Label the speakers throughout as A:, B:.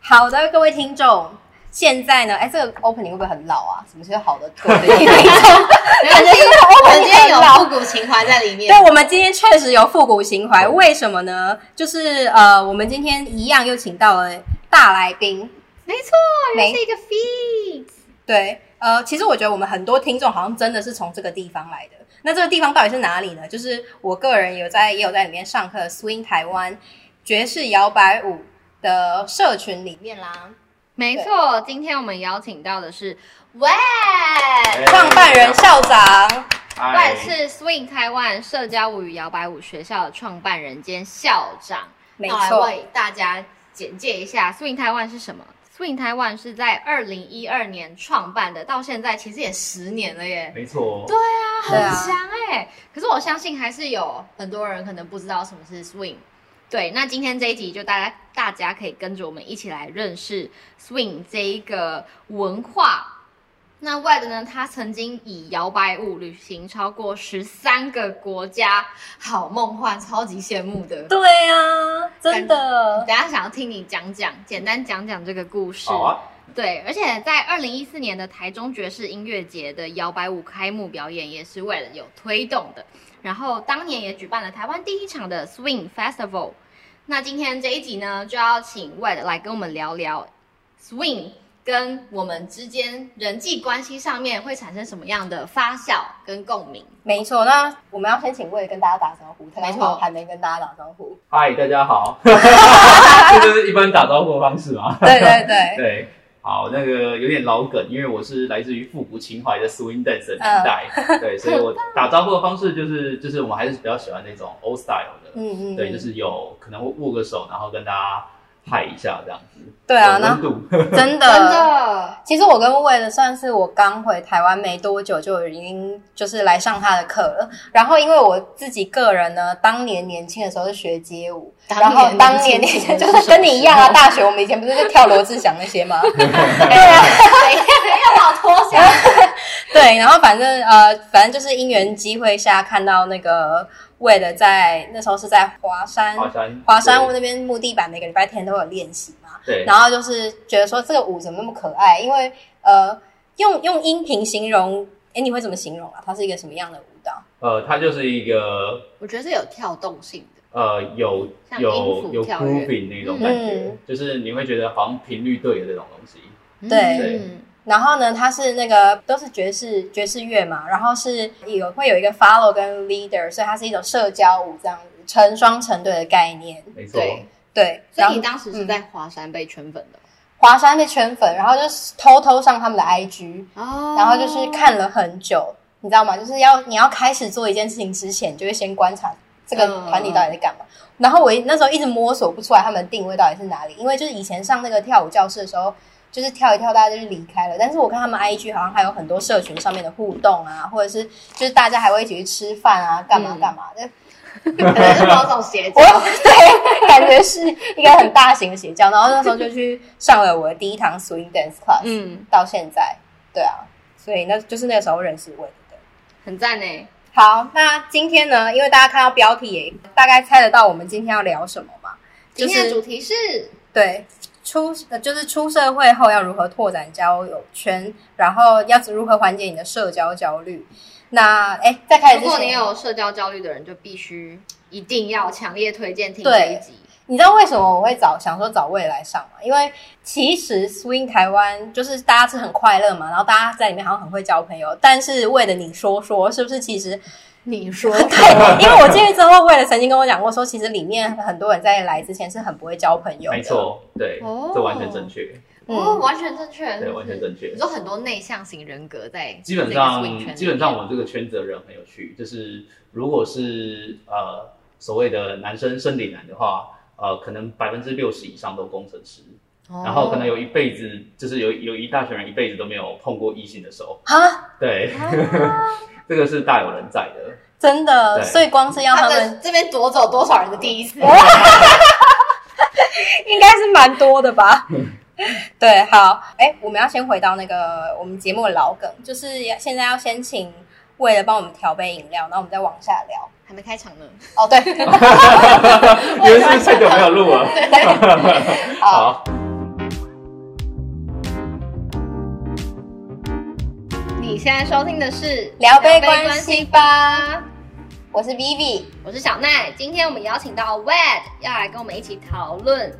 A: 好的，各位听众，现在呢，哎，这个 opening 会不会很老啊？什么是好的各位 听众？
B: 感觉感觉有复古情怀在里面
A: 对，。我们今天确实有复古情怀，为什么呢？就是呃，我们今天一样又请到了大来宾，
B: 没错，
A: 没
B: 又是一个 feat。
A: 对，呃，其实我觉得我们很多听众好像真的是从这个地方来的。那这个地方到底是哪里呢？就是我个人有在也有在里面上课，swing 台湾爵士摇摆舞的社群里面啦。
C: 没错，今天我们邀请到的是
B: 喂，
D: 哎
A: 创办人校长，
C: 万
D: 嗨，
C: 是 Swing 台湾社交舞与摇摆舞学校的创办人兼校长，
A: 没
C: 那我
A: 错
C: 来，为大家简介一下 Swing 台湾是什么。Swing 台湾是在二零一二年创办的，到现在其实也十年了耶，
D: 没
C: 啊，
D: 错，
A: 对啊
C: 很香哎、可是我相信还是有很多人可能不知道什么是 Swing。对，那今天这一集就大家大家可以跟着我们一起来认识 swing 这一个文化。那 Wed 呢，他曾经以摇摆舞旅行超过十三个国家，好梦幻，超级羡慕的。
A: 对啊，真的
C: 等，一下想要听你讲讲，简单讲讲这个故事。
D: 好啊，
C: 对，而且在二零一四年的台中爵士音乐节的摇摆舞开幕表演，也是为了有推动的。然后当年也举办了台湾第一场的 Swing Festival。那今天这一集呢，就要请 Wed 来跟我们聊聊 Swing 跟我们之间人际关系上面会产生什么样的发酵跟共鸣。
A: 没错。那我们要先请魏跟大家打招呼，他
C: 没
A: 刚
C: 错
A: 好还没跟大家打招呼。
D: 嗨，大家 好，这就是一般打招呼的方式嘛。
A: 对对对，
D: 对，好，那个有点老梗，因为我是来自于复古情怀的 swing dance 的
A: 嗯
D: 年代， 对，所以我打招呼的方式就是就是我们还是比较喜欢那种 old style 的，
A: 嗯嗯，
D: 对，就
A: 嗯
D: 是有可能会握个手，然后跟大家嗨一下这样子，
A: 对啊，
D: 有
A: 那
D: 温度，
A: 真
C: 真
A: 的。
C: 的，
A: 其实我跟魏的算是我刚回台湾没多久就已经就是来上他的课了。然后因为我自己个人呢，当年年轻的时候是学街舞，然后当年年轻就是跟你一样啊，大学我们以前不是就跳罗志祥那些 吗？
C: 对啊，要把我脱下来。
A: 对，然后反正呃，反正就是因缘机会下看到那个魏的在那时候是在华山
D: 华山，
A: 华山那边木地板每个礼拜天都有练习嘛，
D: 对，对
A: 然后就是觉得说这个舞怎么那么可爱，因为呃，用用音频形容，哎，你会怎么形容啊？它是一个什么样的舞蹈？
D: 呃，它就是一个
C: 我觉得是有跳动性的。
D: 呃有
C: 像音
D: 有
C: 符
D: 有
C: 跳跃
D: grooving 那种感觉，
A: 嗯，
D: 就是你会觉得好像频率对的那种东西。
A: 对
C: 嗯
A: 然后呢，它是那个都是爵士爵士乐嘛，然后是有会有一个 follow 跟 leader，所以它是一种社交舞这样子，成双成对的概念。
D: 没错，
C: 对
A: 对，
C: 所
A: 然后
C: 以你当时是在华山被圈粉的
A: 华山被圈粉，然后就是偷偷上他们的 IG，
C: 哦
A: 然后就是看了很久，你知道吗？就是要你要开始做一件事情之前，你就会先观察这个
C: 嗯
A: 团体到底在干嘛。然后我一那时候一直摸索不出来他们的定位到底是哪里，因为就是以前上那个跳舞教室的时候，就是跳一跳大家就离开了。但是我看他们 IG 好像还有很多社群上面的互动啊，或者是就是大家还会一起去吃饭啊，干嘛
C: 嗯
A: 干嘛的。
C: 可能是某种邪
A: 我
C: 教。
A: 对，感觉是一个很大型的邪教。然后那时候就去上了我的第一堂 swing dance class，
C: 嗯，
A: 到现在，对啊，所以那就是那个时候认识我的。
C: 很赞呢。
A: 好，那今天呢，因为大家看到标题也大概猜得到我们今天要聊什么嘛，就
C: 今天的
A: 是
C: 主题是
A: 对出呃就是出社会后要如何拓展交友圈，然后要如何缓解你的社交焦虑。那哎，在开始
C: 如
A: 之
C: 果
A: 前，
C: 你有社交焦虑的人，就必须一定要强烈推荐听这一集。
A: 你知道为什么我会找想说找未来上吗？因为其实 swing 台湾就是大家是很快乐嘛，然后大家在里面好像很会交朋友，但是为了你说说，是不是其实
C: 你 说
A: 对？ 因为我进去之后，为了曾经跟我讲过说，其实里面很多人在来之前是很不会交朋友的，
D: 没，错，对，
C: 哦
D: 这完全正确，
C: 哦，
A: 嗯，
C: 完全正确，
D: 对，完全正确
C: 你。说很多内向型人格在
D: 基本
C: 这个 swing 圈里
D: 上，
C: 面
D: 基本上我们这个圈子的人很有趣，就是如果是呃所谓的男生生理男的话，呃，可能百分之六十以上都工程师，
C: 哦
D: 然后可能有一辈子就是有有一大群人一辈子都没有碰过异性的手，
A: 哈，
D: 对，
C: 啊
D: 这个是大有人在的。
A: 真的，
D: 对
A: 所以光是要他
C: 他们
A: 们
C: 这边夺走多少人的第一次？
A: 应该是蛮多的吧。
D: 嗯
A: 对，好，哎，我们要先回到那个我们节目的老梗，就是要现在要先请为了帮我们调杯饮料，然后我们再往下聊。
C: 还没开场呢，
A: 哦，对，对，
D: 因为是不是太久没有录了。好，
C: 你现在收听的是
A: 聊杯
C: 关
A: 关系
C: 吧，
A: 我是 Vivi，
C: 我是小奈。今天我们邀请到 Wed 要来跟我们一起讨论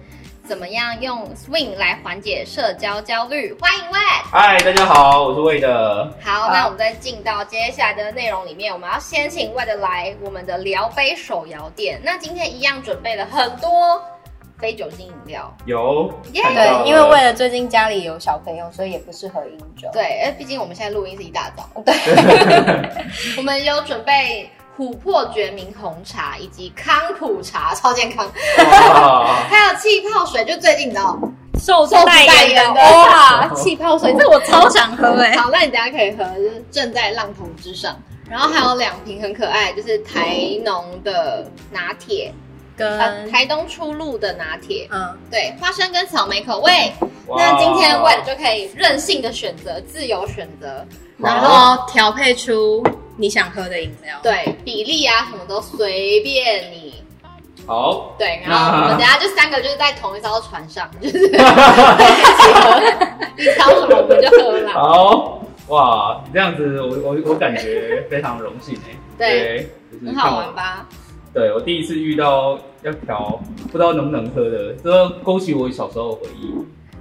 C: 怎么样用 Swing 来缓解社交焦虑，欢迎 Wed。
D: 嗨，大家好，我是魏的。
C: 好，那我们再进到接下来的内容里面，我们要先请 Wed 来我们的聊杯手摇店。那今天一样准备了很多非酒精饮料，
D: 有
C: 耶
D: 看到
A: 对，因为
D: 了
A: 为了最近家里有小朋友，所以也不适合饮酒。
C: 对，哎，毕竟我们现在录音是一大早，
A: 对，
C: 我们有准备琥珀决明红茶以及康普茶，超健康，
D: 哇
C: 还有气泡水，就最近你知道。
B: 受
C: 受代言的
B: 欧 哈气泡水，这我超想喝
A: 欸
B: 哎、
C: 好，那你等一下可以喝，就是正在浪头之上。然后还有两瓶很可爱，就是台农的拿铁，呃，
A: 跟
C: 台东出露的拿铁，
A: 嗯，
C: 对，花生跟草莓口味。
D: 哇
C: 那今天 w e 就可以任性的选择，自由选择，
A: 然后调配出你想喝的饮料。，
C: 哦对比例啊什么都随便你。
D: 好，
C: 对，然后我们
D: 那
C: 等一下就三个就是在同一艘船上，就是 一起喝，你挑什么我们就喝啦。
D: 好哇，这样子我我我感觉非常荣幸哎、
C: 对
D: 对，就是
C: 很
D: 看
C: 好
D: 我
C: 玩吧？
D: 对我第一次遇到要调，不知道能不能喝的，这勾起我小时候的回忆。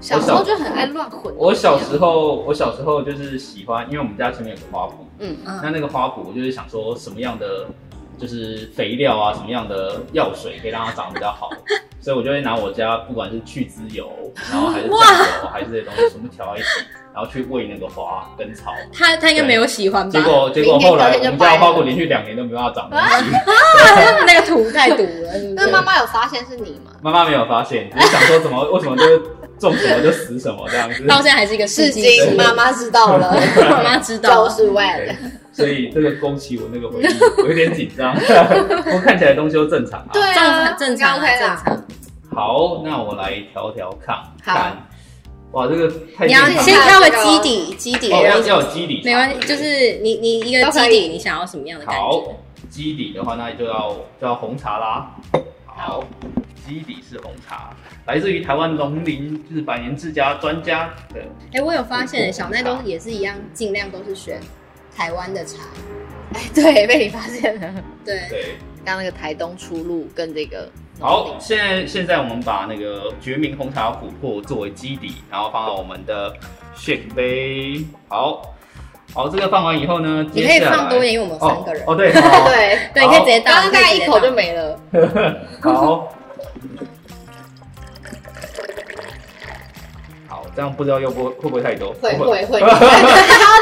C: 小时候就很爱乱混。
D: 我小
C: 啊
D: 时候，我小时候就是喜欢，因为我们家前面有个花圃，
C: 嗯，
D: 那
A: 嗯，
D: 那个花圃我就是想说什么样的就是肥料啊，什么样的药水可以让它长得比较好，所以我就会拿我家不管是去脂油，然后还是酱油，还是这些东西全部调在一起，然后去喂那个花跟草。
A: 他他应该没有喜欢吧
D: 结？果结果后来我们家的花圃连续两年都没办法长东西，
A: 那个土太毒了， 是不
C: 那
A: 是？
C: 妈妈有发现是你吗？
D: 妈妈没有发现，只是想说怎么为什么就是种什么就死什么这样子。
A: 到现在还是一个
C: 是
A: 世纪，
C: 经妈妈知道了，
A: 妈妈知道啊
C: 就。是为
D: 对
C: 了。，
D: 所以这个勾起我那个回忆，我有点紧张。 不过看起来东西都正常啊。
C: 对
A: 这样
C: 啊，
A: 很正常
C: 应该 OK
A: 啊，正
C: 啦。
A: 常。
D: 好，那我来调调看。
C: 好
D: 看，哇，这个太
A: 你要
D: 健康了
A: 先挑个基底，基底，
D: 哦，
A: 然
D: 要
A: 后
D: 要有基底，
A: 没关系，就是你你一个
C: 都
A: 基
C: 可以
A: 底，你想要什么样的感
D: 好
A: 觉？
D: 基底的话，那就要就要红茶啦。好，基底是红茶，来自于台湾农林就是百年之家专家的
A: 哎，我有发现小奈都也是一样，尽量都是选台湾的茶。
C: 哎， 对，被你发现了。
A: 对，
D: 对。
C: 刚那个台东出路跟这个
D: 好，现在现在我们把那个决明红茶琥珀作为基底，然后放到我们的 shake 杯。好，好，这个放完以后呢，
A: 你
D: 接
A: 可以
D: 下来
A: 放多一点，因为我们有三个人
D: 哦。哦对， 好
C: 对，
A: 对，你可以直接倒，
C: 刚刚大
A: 可以
C: 概
A: 直
C: 一
A: 接
C: 口
A: 倒
C: 就没了。
D: 好。好，这样不知道又不会不会太多？
C: 会会 会，
D: 哦
A: 啊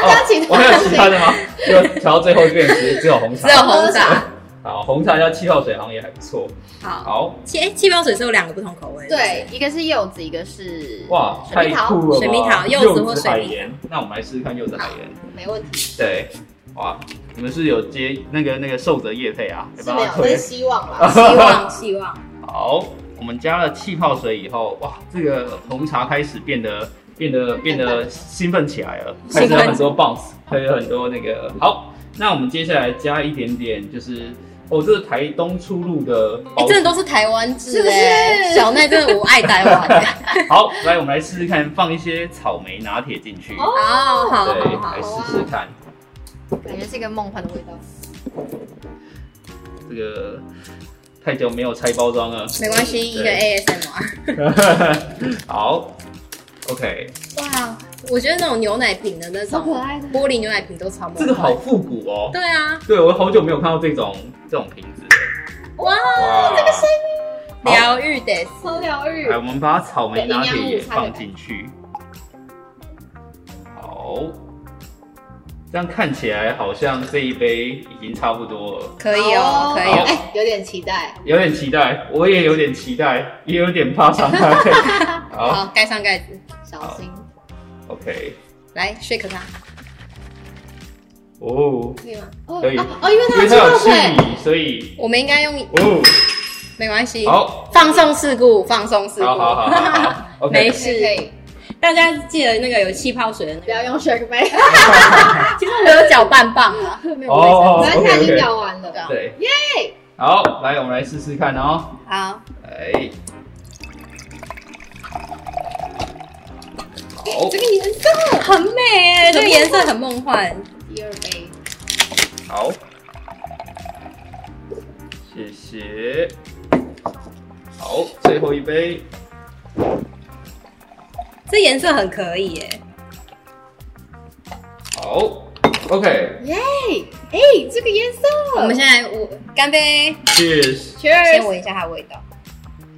C: 加其
D: 我还
C: 他
D: 有其他的吗？ 就调到最后变成只只有红茶
A: 只。有红茶。
D: 好，红茶加气泡水好像也还不错。
A: 好，
D: 好，
A: 气哎气泡水是有两个不同口味。
C: 对，一个是柚子，一个是
D: 哇，
C: 水
D: 太
C: 蜜桃，
D: 酷了吧！
A: 水蜜桃柚子
D: 柚
A: 或水
D: 海
A: 蜜桃
D: 盐，那我们来试试看柚子海盐。
C: 没问题，
D: 对，哇，你们是有接那个那个寿者叶配啊？
C: 是
D: 帮
C: 没有，
D: 他
C: 这
D: 推
C: 是希望啦。
A: 是不是，希望希望。
D: 好，我们加了气泡水以后，哇，这个红茶开始变得变得变得兴奋起来了，开始有很多 bounce，还有很多那个好。那我们接下来加一点点，就是哦，这是台东出路的
A: 哎，
D: 包子
A: 真的都是台湾制
C: 是不是
A: 哎，小奈真的我爱台 湾。欸
D: 好，来我们来试试看，放一些草莓拿铁进去，
C: 哦
A: 哦，好
D: 对
A: 好，好
D: 来。试试看
C: 感觉是一个梦幻的味道。
D: 这个。太久没有拆包装 了，
A: 没关系，一个 ASMR。
D: 好，OK，
A: 哇，我觉得那种牛奶瓶的那种
C: 超可爱的
A: 玻璃牛奶瓶都超梦
D: 这
A: 幻
D: 个好。复古哦。
A: 对啊，
D: 对，我好久没有看到这种这种瓶子了。
A: 哇，
D: 哇，这个声音
A: 疗愈的。
C: 超疗愈
D: 来，我们把草莓拿铁也放进去。好，这样看起来好像这一杯已经差不多了，
A: 可以哦，可以哦。
C: 哎，有点期待。
D: 有点期待，我也有点期待，也有点怕伤害。好
A: 好，盖上盖子，
C: 小心，
D: ，OK，
A: 来 shake 它。
D: 哦，
A: 可以吗？
C: 哦
D: 可以
C: 哦，哦因为
D: 因
C: 它
D: 为
C: 有
D: 它
C: 气
D: 有
C: 泡
D: 气
C: 水，
D: 体，所以
A: 我们应该用，
D: 哦，
A: 没关系。
D: 好，
A: 放松事故，放松事故。
D: 好好好好 好
A: 没
D: ，OK，
A: 事
C: 可以可以，
A: 大家记得那个有气泡水的那
C: 不
A: 个，
C: 要用 shake 杯，
A: 其实我有搅拌棒啊。没有
D: 哦
A: 卫生
C: 反正
D: 哦
C: 它已经
D: OK，OK
C: 咬 完了。
D: 对，耶，好，来，我们来试试看哦。
A: 好，
D: 哎，好，
A: 这个颜色很美美耶，这个颜色很梦幻。
C: 第二杯，
D: 好，谢谢。好，最后一杯，
A: 这颜色很可以耶，
D: 好，OK，
C: 哎、这个颜色，
A: 我们现在我干杯，
D: cheers。
A: 先
B: Cheers！
A: 闻一下它的味道，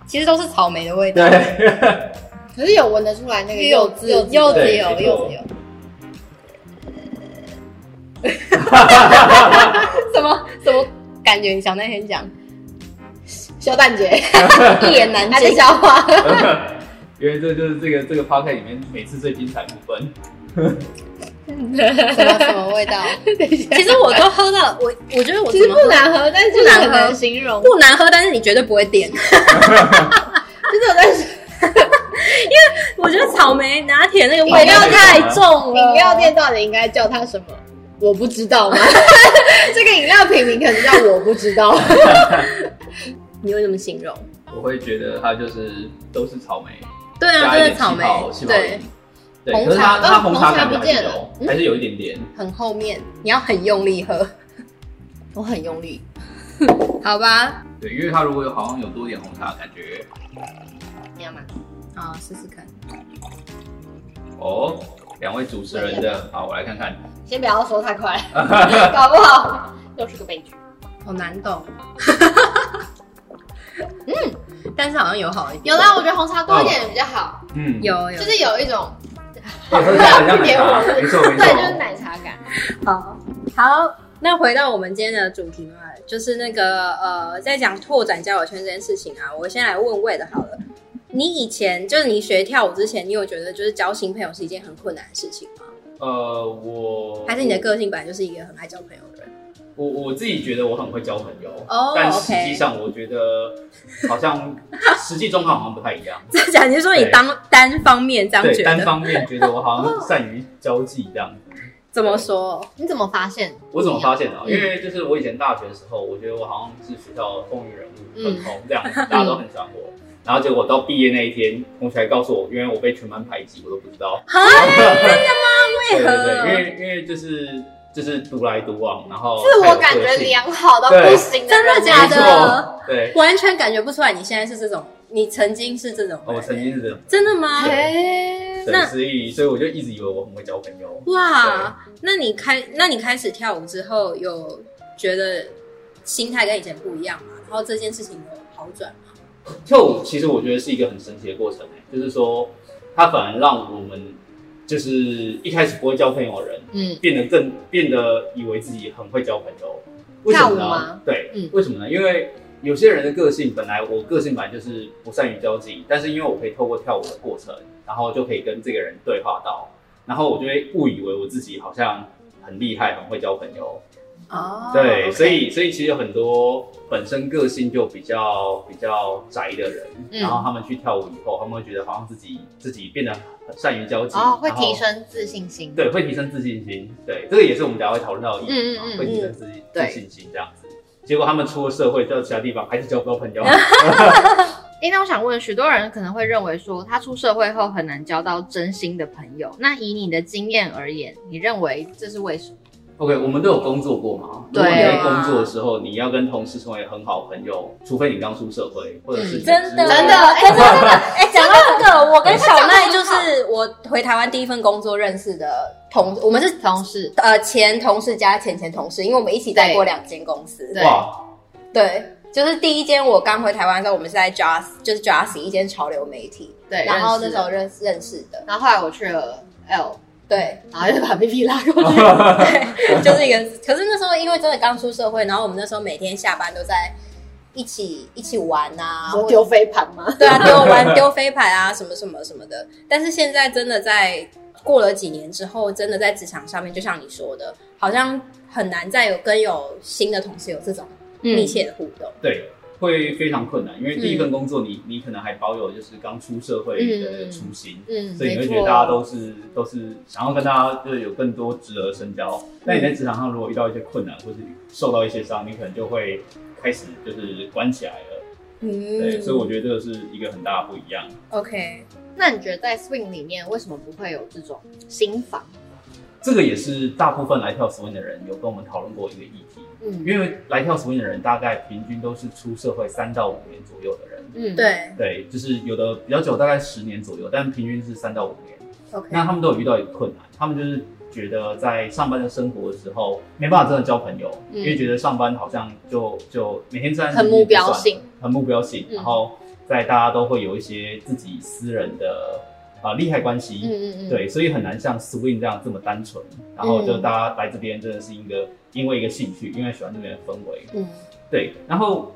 A: 其实都是草莓的味道，
D: 对，
B: 可是有闻得出来那个
A: 柚
B: 柚
A: 子
B: 子，
A: 柚柚子
D: 对
A: 有
D: 没错
A: 柚子有。 什么什么感觉？你想那天讲
B: 小蛋姐
A: 一言 难
B: 还在
A: 尽，
B: 消化。
D: 因为这就是这个这个 p o c a s t 里面每次最精彩的部分。
A: 什么什么味 道？其实我都喝到，我我觉得我
B: 其实
A: 怎么
B: 不难喝，但是就是
A: 不难喝
B: 很难 形容。
A: 不难喝，但是你绝对不会点。
B: 就是我在饮
A: 我觉得草莓拿铁那个味道
D: 饮料
A: 太重了，
B: 料店到底应该叫它什么？我不知道 吗？这个饮料品名可能叫我不知道。
A: 你会怎么形容？
D: 我会觉得它就是都是草莓，
A: 对啊，真
D: 加一
A: 的
D: 点
A: 草
D: 气
A: 莓
D: 泡，气泡
A: 对
D: 饮，。对，
A: 红
D: 可是
A: 茶
D: 它它
B: 嗯
D: 红
B: 红
D: 茶
B: 茶
D: 感觉
B: 不
D: 还是
B: 见了
D: 有，还是有一点点。
A: 很后面，你要很用力喝。
B: 我很用力，
A: 好吧，
D: 对，因为它如果有好像有多一点红茶的感觉，
C: 你要吗？
A: 啊，试试看。
D: 哦，两位主持人的，好，我来看看。
B: 先不要说 太快，搞不好
C: 又是个悲剧。
A: 好哦难懂。 嗯，但是好像有好一点，
B: 有啦。我觉得红茶多一点比较好，
D: 嗯，
A: 有有，
B: 就是有一种
D: 对喝起来很像奶茶， 没错没
B: 对，就是
D: 错。
B: 奶茶感。
A: 好好。那回到我们今天的主题嘛，就是那个呃，在讲拓展交友圈这件事情啊，我先来问魏的好了。你以前就是你学跳舞之前，你有觉得就是交新朋友是一件很困难的事情吗？
D: 呃，我
A: 还是你的个性本来就是一个很爱交朋友的人？
D: 我我自己觉得我很会交朋友，
A: 哦
D: 但实
A: OK
D: 际上我觉得 好像实际状况好像不太一样。
A: 真的假的？你是说你
D: 对
A: 单单方面这样
D: 对，
A: 觉
D: 单
A: 得？哦
D: 方面觉得我好像善于交际这样子。
A: 怎么说？
B: 你怎么发现？
D: 我怎么发现的、啊
A: 嗯
D: 因为就是我以前大学的时候，我觉得我好像是学校的风云人
A: 嗯
D: 物，很红这样子，大家都很喜欢我。然后结果到毕业那一天，同学还告诉我，原来我被全班排挤，我都不知道。
A: 啊，
D: 对
A: 真的吗？为何？
D: 对对，因为因为就是就是独来独往，然后
B: 自我感觉
D: 良
B: 良好到不行，
A: 真的假
D: 没
A: 的
D: 错，对，
A: 完全感觉不出来你现在是这种，你曾经是这种
D: 哦我曾经是这样。
A: 真的吗？
B: 哎，
A: 那
D: 对，所以所以我就一直以为我很会交朋友。
A: 哇，那你开，那你开始跳舞之后，有觉得心态跟以前不一样吗？然后这件事情有好转吗？
D: 跳舞其实我觉得是一个很神奇的过程、欸，就是说它反而让我们就是一开始不会交朋友的人，
C: 嗯，
D: 变得更变得以为自己很会交朋友。为什么
C: 跳舞
D: 呢
C: 吗？
D: 对，
C: 嗯
D: 为什么呢？因为有些人的个性本来我个性本来就是不善于交际，但是因为我可以透过跳舞的过程，然后就可以跟这个人对话到，然后我就会误以为我自己好像很厉害，很会交朋友。
A: 哦
D: 对，所以所以其实有很多本身个性就比较比较宅的人，
C: 嗯
D: 然后他们去跳舞以后，他们会觉得好像自己自己变得很善于交际，
C: 哦，会
D: 然后
C: 提，升自信心。
D: 对，会提升自信心，对，这个也是我们等一下会讨论到的议题嘛，
C: 嗯嗯嗯
D: 会提升自己
C: 对
D: 自信心这样子。结果他们出了社会，到其他地方还是交不到朋友，
C: 嗯 诶，哎那我想问，许多人可能会认为说，他出社会后很难交到真心的朋友。那以你的经验而言，你认为这是为什么？
D: OK，我们都有工作过嘛？
C: 对啊
D: 如果你在工作的时候，你要跟同事成为很好朋友，除非你刚出社会，或者
C: 嗯
D: 是你
A: 真的
D: 职
B: 真的
A: 哎、真的真的，哎、讲到这个，我跟小奈就是我回台湾第一份工作认识的同，我们是
C: 同事
A: 呃前同事加前前同事，因为我们一起待过两间公司，
C: 对
D: 哇，
A: 对，就是第一间我刚回台湾的时候，我们是在 JAS，就是 JAS 一间潮流媒体，
C: 对，
A: 然后那
C: 认识
A: 时候认识认识的，
C: 然后后来我去了 L，
A: 对，
B: 然后就把 B B 拉 过去。
C: 嗯
A: 就是一个。可是那时候因为真的刚出社会，然后我们那时候每天下班都在一起一起玩啊，
B: 说
A: 或
B: 丢飞盘吗？
C: 嗯
A: 对啊，丢玩丢飞盘啊，什么什么什么的。但是现在真的在过了几年之后，真的在职场上面，就像你说的，好像很难再有跟有新的同事有这种
C: 嗯
B: 嗯
A: 密切的互动。
D: 对，会非常困难，因为第一份工作你、你可能还保有就是刚出社会的初心，
C: 嗯，
D: 所以你会
C: 没
D: 觉得
C: 错
D: 大家都是都是想要跟大家就是有更多值得深交。
C: 嗯
D: 那你在职场上如果遇到一些困难，或是受到一些伤，你可能就会开始就是关起来了。
A: 嗯，
D: 对，所以我觉得这个是一个很大的不一样。
A: OK，
C: 那你觉得在 Swing 里面为什么不会有这种心房？
D: 这个也是大部分来跳 swing 的人有跟我们讨论过一个议题，
B: 嗯
D: 因为来跳 swing 的人大概平均都是出社会三到五年左右的人，
B: 嗯，
A: 对
D: 对，就是有的比较久，大概十年左右，但平均是三到五年。
A: ，OK，
D: 那他们都有遇到一个困难，他们就是觉得在上班的生活的时候没办法真的交朋友，
B: 嗯
D: 因为觉得上班好像就就每天这样
B: 很目标性，
D: 很目标性，
B: 嗯
D: 然后在大家都会有一些自己私人的啊利害关系，
B: 嗯嗯嗯，
D: 对，所以很难像 swing 这样这么单纯。然后
A: 嗯
D: 就大家来这边真的是一个因为一个兴趣，因为喜欢这边的氛围，
A: 嗯，
D: 对。然后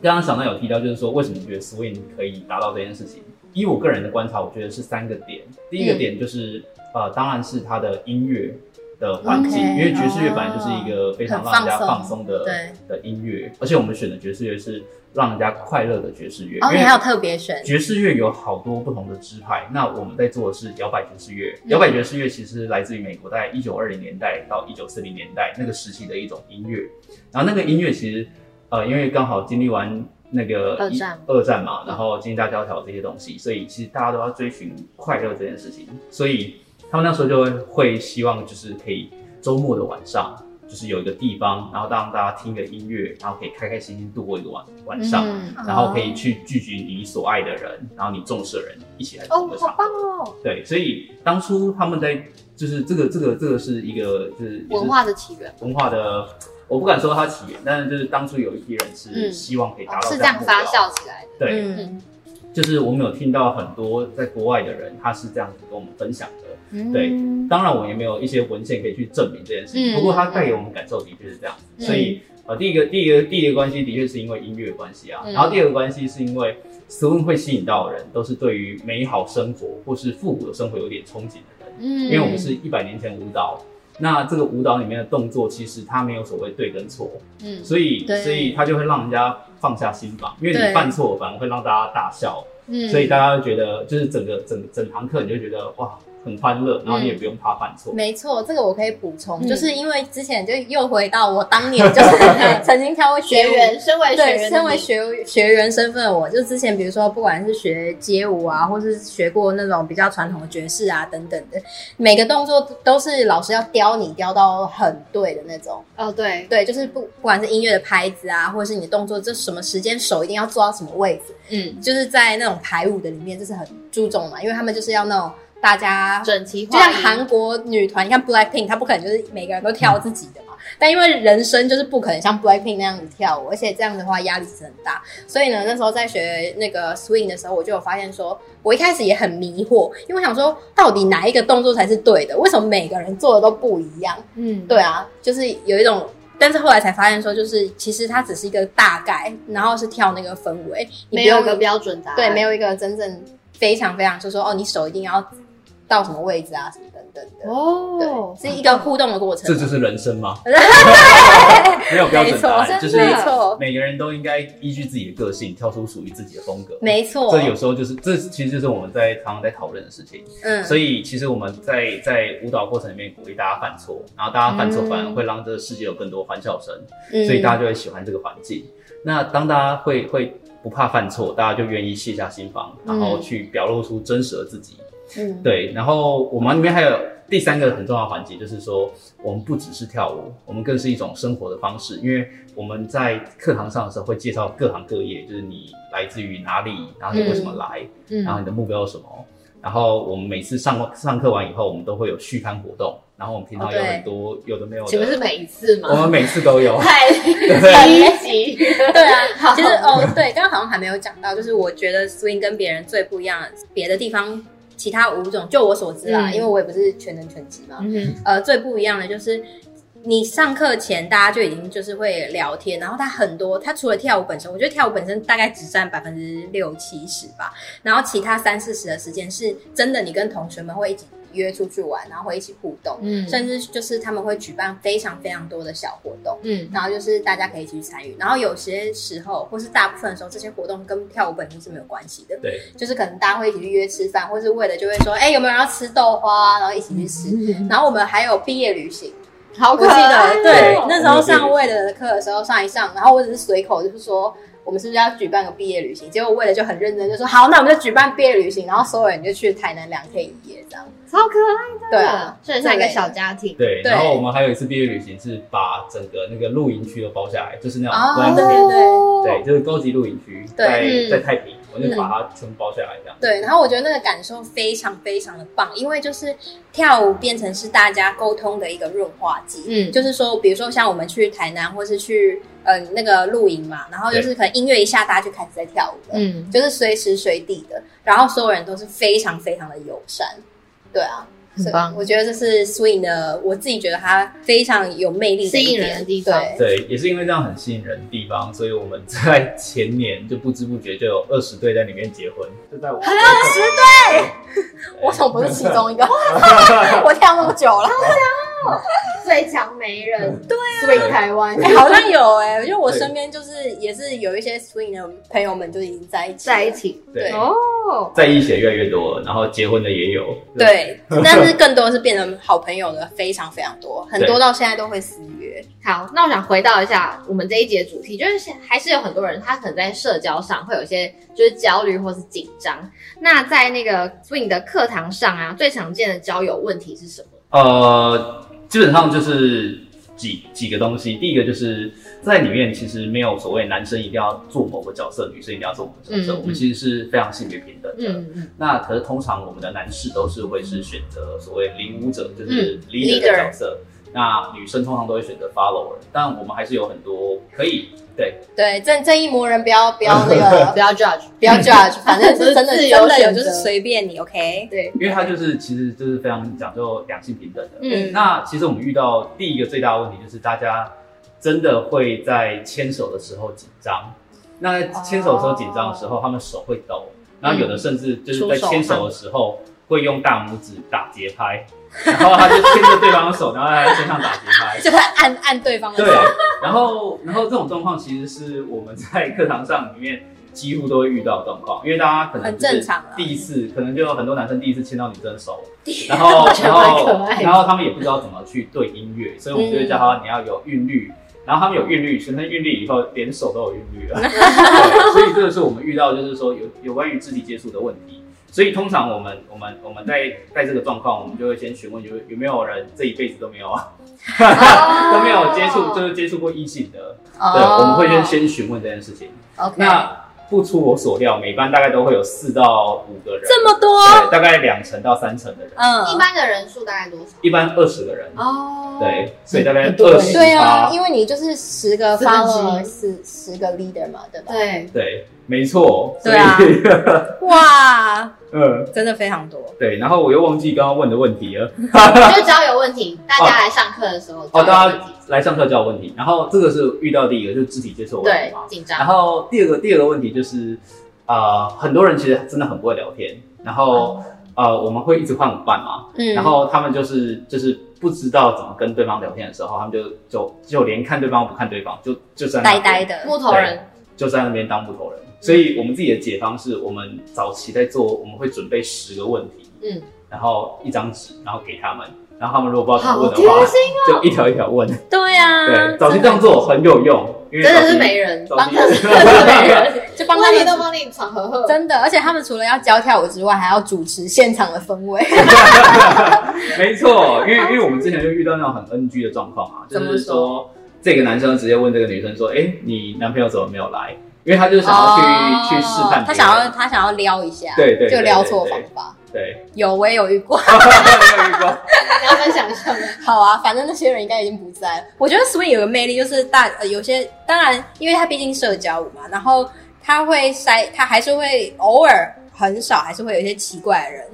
D: 刚刚小娜有提到，就是说为什么觉得 swing 可以达到这件事情？以我个人的观察，我觉得是三个点。第一
A: 嗯
D: 个点就是、呃，当然是它的音乐的环境
A: OK，哦
D: 因为爵士乐本来就是一个非常让人家
A: 很放
D: 放
A: 松
D: 松的
A: 对
D: 的音乐，而且我们选的爵士乐是让人家快乐的爵士乐，
A: 哦，
D: 因
A: 你
D: 为
A: 还有特别选，
D: 爵士乐有好多不同的支派，那我们在做的是摇摆爵士乐。
C: 嗯
D: 摇摆爵士乐其实来自于美国，在一九二零年代到一九四零年代那个时期的一种音乐。然后那个音乐其实，呃，因为刚好经历完那个
C: 二
D: 一
C: 战
D: 二战嘛，然后经济大萧条这些东西，所以其实大家都要追寻快乐这件事情，所以他们那时候就会会希望就是可以周末的晚上。就是有一个地方，然后让大家听个音乐，然后可以开开心心度过一个晚晚上。
C: 嗯
D: 然后可以去聚集你所爱的人，然后你重视的人一起来
C: 哦
D: 同一，个
C: 好
D: 场合。
C: 棒哦，
D: 对，所以当初他们在就是这个这个这个是一个就是
C: 文化的起源
D: 文化的，我不敢说它起源，但是就是当初有一批人是
B: 嗯
D: 希望可以达
C: 哦
D: 到
C: 是这
D: 这样
C: 样
D: 的目
C: 发
D: 标。
C: 酵起来的。
D: 对，
A: 嗯
D: 就是我们有听到很多在国外的人，他是这样子跟我们分享的。
C: 嗯
D: 对当然，我们也没有一些文献可以去证明这件事情，
B: 嗯
D: 不过它带给我们感受的确是这样子。所以，呃，第一个、第一个、第一个关系的确是因为音乐关系啊，
B: 嗯
D: 然后第二个关系是因为 swing 会吸引到的人，都是对于美好生活或是复古的生活有点憧憬的人，
B: 嗯
D: 因为我们是一百年前舞蹈。那这个舞蹈里面的动作，其实它没有所谓对跟错，
B: 嗯
D: 所以
A: 对
D: 所以它就会让人家放下心防，因为
A: 对
D: 你犯错反而会让大家大笑，
B: 嗯
D: 所以大家会觉得就是整个整整堂课你就觉得哇很欢乐，然后你也不用怕犯错。
A: 没错，这个我可以补充，
B: 嗯
A: 就是因为之前就又回到我当年就是 曾经跳过
B: 学
A: 舞
B: 员，身为学
A: 对，
B: 员，
A: 身为，学学员身份的我，就之前比如说，不管是学街舞啊，或是学过那种比较传统的爵士啊等等的，每个动作都是老师要雕你雕到很对的那种。
B: 哦对，
A: 对，就是不不管是音乐的拍子啊，或者是你的动作，这什么时间手一定要做到什么位置，
B: 嗯，
A: 就是在那种排舞的里面，这是很注重嘛，因为他们就是要那种大家
B: 整齐
A: 就
B: 划
A: 像
B: 一
C: 嗯
A: 韩国女团，你看 BLACKPINK，她不可能就是每个人都跳自己的嘛。但因为人生就是不可能像 BLACKPINK 那样子跳舞，而且这样的话压力是很大。所以呢，那时候在学那个 swing 的时候，我就有发现说，我一开始也很迷惑，因为我想说，到底哪一个动作才是对的？为什么每个人做的都不一样？
B: 嗯，
A: 对啊，就是有一种，但是后来才发现说，就是其实它只是一个大概，然后是跳那个氛围，你
B: 没
A: 不用
B: 有一个标准答案，
A: 对，没有一个真正非常非常就说哦，你手一定要到什么位置啊，什么等等的。
B: 哦，
A: 对，是一个互动的过程。
D: 这就是人生 吗？ 没有标准答案，
A: 没错
D: 就是
A: 真的没错
D: 每个人都应该依据自己的个性，跳出属于自己的风格。
A: 没错，
D: 这有时候就是这其实就是我们在常常在讨论的事情。
A: 嗯，
D: 所以其实我们在在舞蹈过程里面鼓励大家犯错，然后大家犯错
C: 嗯
D: 反而会让这个世界有更多欢笑声，
A: 以
D: 所以大家就会喜欢这个环境。那当大家会会不怕犯错，大家就愿意卸下心防，然后去表露出真实的自己。
A: 嗯
D: 对，然后我们里面还有第三个很重要的环节，就是说我们不只是跳舞，我们更是一种生活的方式，因为我们在课堂上的时候会介绍各行各业，就是你来自于哪里，然后你为什么来，
B: 嗯
D: 然后你的目标是什么。然后我们每次上上课完以后，我们都会有续刊活动，然后我们平常有
A: 哦对
D: 很多、有的没有
B: 请问是
D: 的，
B: 每一次
D: 我
B: 吗？。
D: 们每次都有
B: 太
D: 对
B: 积极，
A: 对 啊，其实哦，对，刚刚好像还没有讲到，就是我觉得 swing 跟别人最不一样，别的地方其他舞种，就我所知啦，
B: 嗯
A: 因为我也不是全能全职嘛，
B: 嗯哼，
A: 呃，最不一样的就是。你上课前，大家就已经就是会聊天，然后他很多，他除了跳舞本身，我觉得跳舞本身大概只占百分之六七十吧，然后其他三四十的时间是真的，你跟同学们会一起约出去玩，然后会一起互动，
B: 嗯
A: 甚至就是他们会举办非常非常多的小活动，
B: 嗯
A: 然后就是大家可以一起去参与。然后有些时候，或是大部分的时候，这些活动跟跳舞本身是没有关系的，
D: 对，
A: 就是可能大家会一起去约吃饭，或是为了就会说，哎、有没有人要吃豆花啊，然后一起去吃。然后我们还有毕业旅行，
B: 好
A: 我
B: 可
A: 记
B: 爱
A: 得
B: 哦，
A: 对
D: 我，
A: 那时候上位的课的时候上一上，然后我只是随口就是说。我们是不是要举办个毕业旅行？结果为了就很认真，就说好，那我们就举办毕业旅行，然后所有人就去台南两天一夜这样。
C: 超可爱
A: 对啊，，
C: 这像一个小家庭。
D: 对，
A: 对
D: 然后我们还有一次毕业旅行是把整个那个露营区都包下来，就是那
A: 哦
D: 种观光
A: 对对
C: 哦
D: 对，就是高级露营区，
A: 对
D: 在
B: 嗯
D: 在太平，我就把它全部包下来这样。
A: 对，然后我觉得那个感受非常非常的棒，因为就是跳舞变成是大家沟通的一个润滑剂。
B: 嗯
A: 就是说，比如说像我们去台南或是去呃那个露营嘛，然后就是可能音乐一下，大家就开始在跳舞了，
B: 嗯，
A: 就是随时随地的，然后所有人都是非常非常的友善，对啊。
B: 很棒
A: 所以我觉得这是 Swing 的，我自己觉得它非常有魅力的一
B: 吸引
A: 点
B: 人的地方
A: 对，
D: 对，也是因为这样很吸引人的地方，所以我们 在前年就不知不觉就有二十对在里面结婚，就在我们二十对，
A: 我想不是其中一个， 我跳那么久了，
B: 最强媒人，对啊，所以台湾
A: 哎好像有哎、因为我身边就是也是有一些 Swing 的朋友们就已经在一起了，
B: 在一起，
D: 对
A: 对
C: 哦，
D: 在一起越来越多，然后结婚的也有，
A: 对， 但是更多是变成好朋友的，非常非常多，很多
D: 对
A: 到现在都会私约。
C: 好，那我想回到一下我们这一节主题，就是现还是有很多人他可能在社交上会有一些就是焦虑或是紧张。那在那个 swing 的课堂上啊，最常见的交友问题是什么？
D: 呃，基本上就是几几个东西。第一个就是在里面其实没有所谓男生一定要做某个角色，女生一定要做某个角色。
C: 嗯嗯
D: 我们其实是非常性别平等的。
C: 嗯嗯，
D: 那可是通常我们的男士都是会是选择所谓领舞者，就是 leader 的
C: 嗯 leader
D: 角色。那女生通常都会选择 follower，但我们还是有很多可以对
A: 对，正正义魔人不要不要那 个
B: 不要 judge，
A: 不要 judge，反正是真的
B: 自由
A: 真的有
B: 选
A: 就
B: 择
A: 是随便你，OK？
C: 对，
D: 因为它就是其实就是非常讲究两性平等的。
C: 嗯
D: 那其实我们遇到第一个最大的问题就是大家真的会在牵手的时候紧张。那在牵手的时候紧张的时候，他们手会抖，
C: 嗯
D: 然后有的甚至就是在牵手的时候会用大拇指打节拍，然后他就牵着对方的手，然后他在身上打节拍。
A: 就会按按对方的
D: 对
A: 手。，
D: 然后然后这种状况其实是我们在课堂上里面几乎都会遇到的状况，因为大家可能
A: 很正常啊
D: 第一次可能就有很多男生第一次牵到女生 的手，然后然后然后他们也不知道怎么去对音乐，所以我们就会教
A: 嗯
D: 他你要有韵律。然后他们有韵律，全身韵律以后，连手都有韵律 了。对所以这个是我们遇到，就是说有有关于肢体接触的问题。所以通常我们我们我们在在这个状况，我们就会先询问有有没有人这一辈子都没有啊
A: 哦
D: 都没有接触，就是接触过异性的。对，我们会先先询问这件事情。
A: OK，
D: 那不出我所料，每班大概都会有四到五个人，
A: 这么多，
D: 对，大概两成到三成的人，
A: 嗯，
C: 一般的人数大概多少？
D: 一般二十个人，
C: 哦，，
D: 对，所以大概
B: 很多
D: 二
B: 人
D: 十
A: 对啊，
D: 八，
A: 因为你就是十个
B: 四分之一
A: follower，十十个 leader 嘛，对吧？
B: 对，
D: 对，没错，
A: 对啊
D: 所以
A: 哇，
D: 嗯，
A: 真的非常多。
D: 对，然后我又忘记刚刚问的问题了。
C: 就交友问题，大家来上课的时候，交
D: 哦，大
C: 友问
D: 家
C: 题，
D: 来上课就有问题，然后这个是遇到第一个就是肢体接
B: 哦
D: 触的问
C: 对
D: 题嘛，，
C: 紧
D: 然
C: 张，
D: 后第二个第二个问题就是，啊，很多人其实真的很不会聊天，然后呃，我们会一直换舞伴嘛，
A: 嗯，
D: 然后他们就是就是不知道怎么跟对方聊天的时候，他们就就就连看对方不看对方，就就在那
A: 呆
D: 边
A: 呆的，
C: 木头人，
D: 就在那边当木头人。所以我们自己的解方是我们早期在做，我们会准备十个问题，
C: 嗯，
D: 然后一张纸，然后给他们，然后他们如果不知道怎
C: 好
D: 么问
C: 贴
D: 的话，
C: 心，哦嗯
D: 就一条一条问。
A: 对啊，
D: 对，早期这样做很有用，因为
C: 真
D: 早
C: 的
D: 期
C: 是没人，
D: 早
C: 帮
D: 期
C: 他 真的是没人，
A: 就帮他们
B: 帮你闯和和
A: 真的，而且他们除了要教跳舞之外，还要主持现场的氛围。
D: 没错，因为因为我们之前就遇到那种很 NG 的状况嘛，就
A: 怎么
D: 是说这个男生直接问这个女生说：“哎、你男朋友怎么没有来？”因为他就是想要去、
C: 哦
D: 去试探别人，
A: 哦他想要他想要撩一下，
D: 对对对
A: 就撩错方法。
D: 对，
A: 有我也有遇过，
D: 没有遇过
B: 你要分享一下吗？
A: 好啊，反正那些人应该已经不在了。我觉得 swing 有个魅力就是大，呃、有些当然，因为它毕竟社交舞嘛，然后他会筛，他还是会偶尔很少，还是会有一些奇怪的人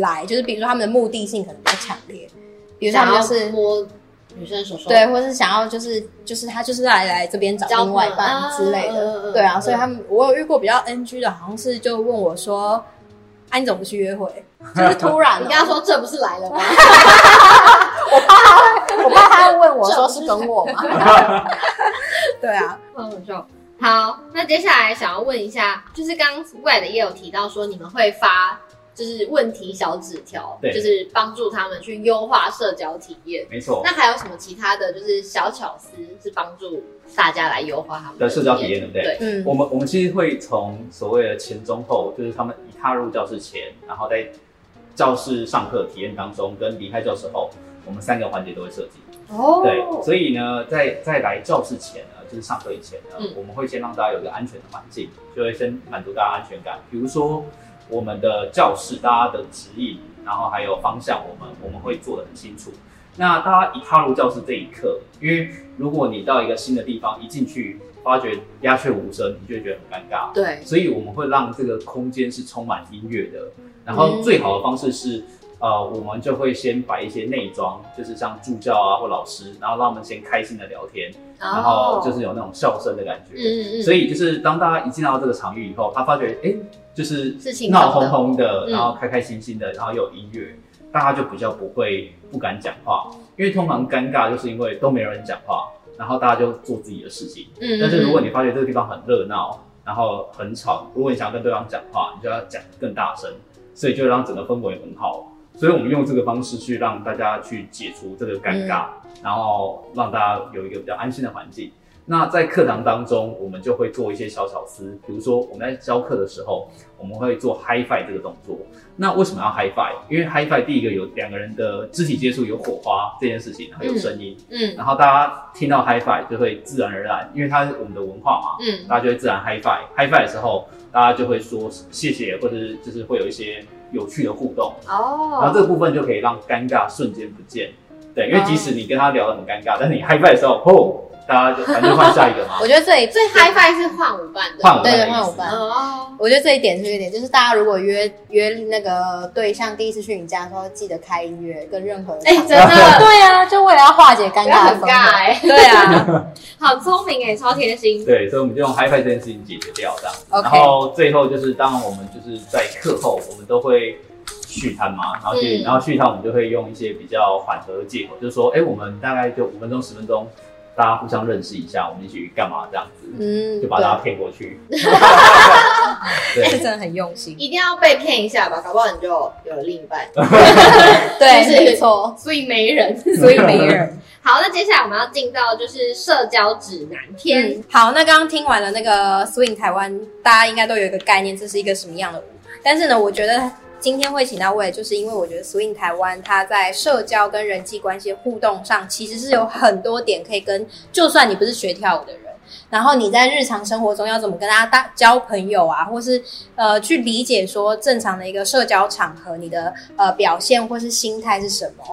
A: 来，就是比如说他们的目的性可能比较强烈， 比如说他
C: 想
A: 们
C: 要
A: 就是
C: 摸女生手手，
A: 对，或是想要就是就是他就是来来这边找
C: 交
A: 另外一
C: 朋友
A: 半之类的，
C: 啊嗯嗯嗯
A: 对啊，所以他们我有遇过比较 NG 的，好像是就问我说，啊你怎么不去约会？就是突然、
B: 你跟他，说这不是来了吗？
A: 我怕他问我说是跟我吗？ 对啊，
C: 很
B: 嗯
C: 好笑。好，那接下来想要问一下，就是刚刚 w e 的也有提到说你们会发
B: 就是问题小纸条，
D: 对
B: 就是帮助他们去优化社交体验。
D: 没错
B: 那，还有什么其他的就是小巧思是帮助大家来优化他们
D: 的社交体验对不对
B: 对，
A: 嗯，
D: 我们我们其实会从所谓的前中后，就是他们一踏入教室前，然后在教室上课体验当中，跟离开教室后，我们三个环节都会设计。
B: 哦
D: 对，所以呢，在在来教室前呢，就是上课以前呢，
B: 嗯
D: 我们会先让大家有一个安全的环境，就会先满足大家安全感。比如说我们的教室，大家的指引，然后还有方向，我们我们会做的很清楚。那大家一踏入教室这一刻，因为如果你到一个新的地方，一进去发觉鸦雀无声，你就会觉得很尴尬。
B: 对，
D: 所以我们会让这个空间是充满音乐的。然后最好的方式是，呃，我们就会先摆一些内装，就是像助教啊或老师，然后让他们先开心的聊天，然后就是有那种笑声的感觉。
B: 嗯嗯嗯，
D: 所以就是当大家一进到这个场域以后，他发觉哎、诶就是
B: 是轻松的
D: 闹哄哄的，
B: 嗯
D: 然后开开心心的，然后又有音乐，大家就比较不会不敢讲话，因为通常尴尬就是因为都没有人讲话，然后大家就做自己的事情。
B: 嗯，
D: 但是如果
B: 你
D: 你发觉这个地方很热闹，然后很吵，如果你想要跟对方讲话，你就要讲更大声，所以就让整个氛围很好。所以我们用这个方式去让大家去解除这个尴尬，
B: 嗯
D: 然后让大家有一个比较安心的环境。那在课堂当中，我们就会做一些小巧思，比如说我们在教课的时候，我们会做 HiFi 这个动作。那为什么要 HiFi？因为 HiFi 第一个有两个人的肢体接触，有火花这件事情，然后有声音，
B: 嗯
D: 然后大家听到 HiFi 就会自然而然，因为它是我们的文化嘛，
B: 嗯
D: 大家就会自然 HiFi。HiFi 的时候，大家就会说谢谢，或者是就是会有一些有趣的互动，然后
B: 哦，
D: 这个部分就可以让尴尬瞬间不见。对，因为即使你跟他聊得很尴尬，但是你 HiFi 的时候，吼，大家就反正就换下一个嘛
A: 我觉得这里
B: 所以 HiFi 是换舞伴的，
D: 换我
A: 对
D: 们
A: 对
D: 的意
A: 换我
D: 思
A: 吧。
D: 嗯
B: 哦，
A: 我觉得这一点是有点，就是大家如果约约那个对象第一次去你家的时候，记得开音乐，跟任何人
B: 哎，
A: 唱
B: 真的。
A: 对啊，就为了要化解尴
B: 不要
A: 尬的
B: 很
A: 氛
B: 尬
A: 围。
C: 欸
B: 哎、
A: 对啊，
B: 好聪明哎、超贴心。
D: 对，所以我们就用 HiFi 这件事情解决掉这样。
A: OK
D: 然后最后就是，当然我们就是在课后，我们都会续摊嘛，然后去，
B: 嗯
D: 然后续摊我们就会用一些比较缓和的借口，就是说，哎，我们大概就五分钟、十分钟，大家互相认识一下，我们一起去干嘛这样子，
A: 嗯，
D: 就把大家
A: 对，
D: 骗过 去。
A: 这
D: 对
A: 真的很用心。
B: 一定要被骗一下吧，搞不好你就有了另一半，
A: 对，
B: 就是
A: 没错，
B: 所以没人。
A: 所以没人。
B: 好，那接下来我们要进到就是社交指南篇。
A: 嗯，好，那刚刚听完了那个 swing 台湾，大家应该都有一个概念，这是一个什么样的舞。但是呢，我觉得今天会请到魏，就是因为我觉得 swing 台湾它在社交跟人际关系互动上，其实是有很多点可以跟，就算你不是学跳舞的人。然后你在日常生活中要怎么跟大家搭交朋友啊，或是呃去理解说正常的一个社交场合，你的呃表现或是心态是什么，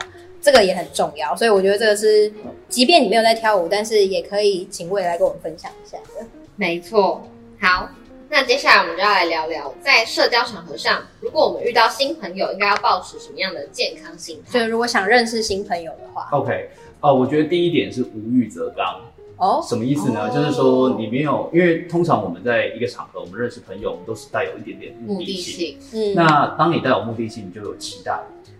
A: 这个也很重要。所以我觉得这个是，即便你没有在跳舞，但是也可以请未来跟我们分享一下。
B: 没错。好，那接下来我们就要来聊聊，在社交场合上，如果我们遇到新朋友，应该要保持什么样的健康心态？
A: 所以如果想认识新朋友的话，
D: OK，哦，我觉得第一点是无欲则刚。
A: 哦，
D: 什么意思呢？
B: 哦
D: 就是说你没有，因为通常我们在一个场合，我们认识朋友，我们都是带有一点点目
B: 目
D: 的
B: 的
D: 性。
B: 性，
A: 嗯，哦
D: 那当你带有目的性，你就有期待。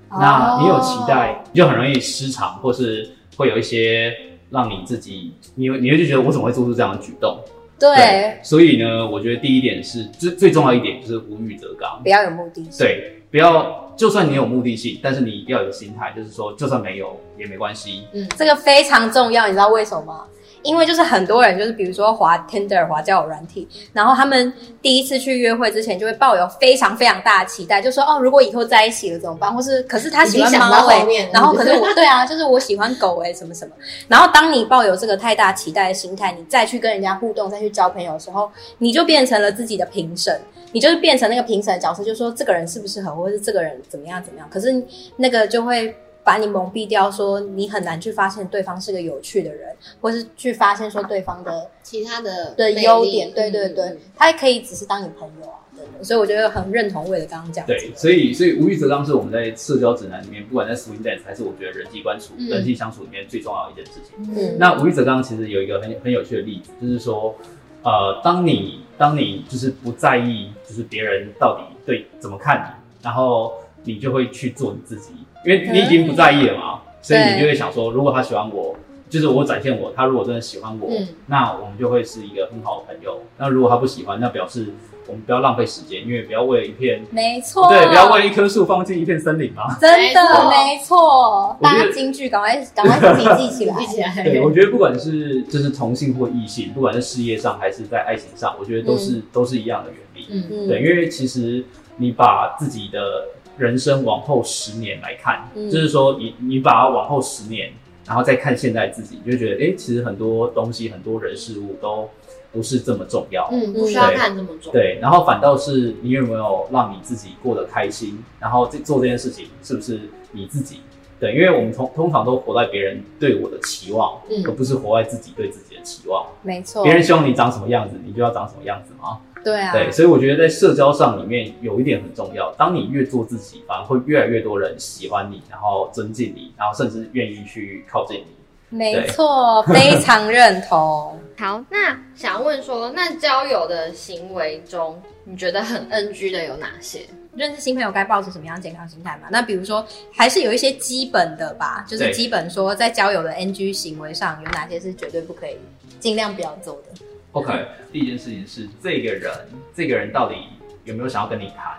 B: 哦
D: 那你有期待，你就很容易失常，或是会有一些让你自己，你会你会就觉得我怎么会做出这样的举动？
A: 对，
D: 所以呢，我觉得第一点是最最重要一点就是无欲则刚
A: 不。要有目的性，
D: 对，不要就算你有目的性，但是你要有心态，就是说就算没有也没关系。
A: 这个非常重要，你知道为什么吗？因为就是很多人就是比如说滑 Tinder 滑交友软体，然后他们第一次去约会之前就会抱有非常非常大的期待，就说哦，如果以后在一起了怎么办？或是可是他喜欢
B: 已经想到
A: 猫哎、
B: 后面了
A: 然后可是我对啊，就是我喜欢狗哎、什么什么。然后当你抱有这个太大期待的心态，你再去跟人家互动，再去交朋友的时候，你就变成了自己的评审，你就是变成那个评审的角色，就说这个人适不适合我，或是这个人怎么样怎么样。可是那个就会把你蒙蔽掉，说你很难去发现对方是个有趣的人，或是去发现说对方的
B: 其他的
A: 的
B: 魅力
A: 优点。对对
B: 嗯
A: 对，他也可以只是当你朋友啊，对对所以我觉得很认同魏的刚刚讲的这
D: 对，
A: 个。
D: 所以所以无欲则刚是我们在社交指南里面，不管在 swing dance 还是我觉得人际关处、
B: 嗯
D: 人际相处里面最重要的一件事情。
A: 嗯
D: 那无欲则刚其实有一个很很有趣的例子，就是说，呃，当你当你就是不在意，就是别人到底对怎么看你，然后你就会去做你自己，因为你已经不在意了嘛，所以你就会想说，如果他喜欢我，就是我展现我，他如果真的喜欢我，
B: 嗯
D: 那我们就会是一个很好的朋友。那如果他不喜欢，那表示我们不要浪费时间，因为不要为了一片
A: 没错，
D: 对，不啊要为了一棵树放弃一片森林嘛。
A: 真的
B: 没
A: 没错，
D: 我觉
A: 大
D: 得
A: 家京剧赶快赶快笔记起来，
B: 记起来。
D: 对，我觉得不管是就是同性或异性，不管是事业上还是在爱情上，我觉得都是、都是一样的原理。
B: 嗯
A: 嗯
D: 对，因为其实你把自己的人生往后十年来看，
A: 嗯
D: 就是说你你把它往后十年，然后再看现在自己，你就觉得哎、诶其实很多东西、很多人事物都不是这么重要。
B: 嗯，不需
C: 啊
B: 要看这么重。
D: 对，然后反倒是你有没有让你自己过得开心，然后这做这件事情是不是你自己？对，因为我们通通常都活在别人对我的期望，
B: 嗯
D: 而不是活在自己对自己的期望。
A: 没错
D: 别，人希望你长什么样子，你就要长什么样子嘛。
A: 哦对啊，
D: 对，所以我觉得在社交上里面有一点很重要，当你越做自己，反而会越来越多人喜欢你，然后尊敬你，然后甚至愿意去靠近你。
A: 没错， 非常认同。
C: 好，那想问说，那交友的行为中，你觉得很 NG 的有哪些？
A: 认识新朋友该保持什么样的健康心态嘛？那比如说，还是有一些基本的吧，就是
D: 对
A: 基本说在交友的 NG 行为上有哪些是绝对不可以，尽量不要做的。
D: OK，第一件事情是这个人，这个人到底有没有想要跟你谈，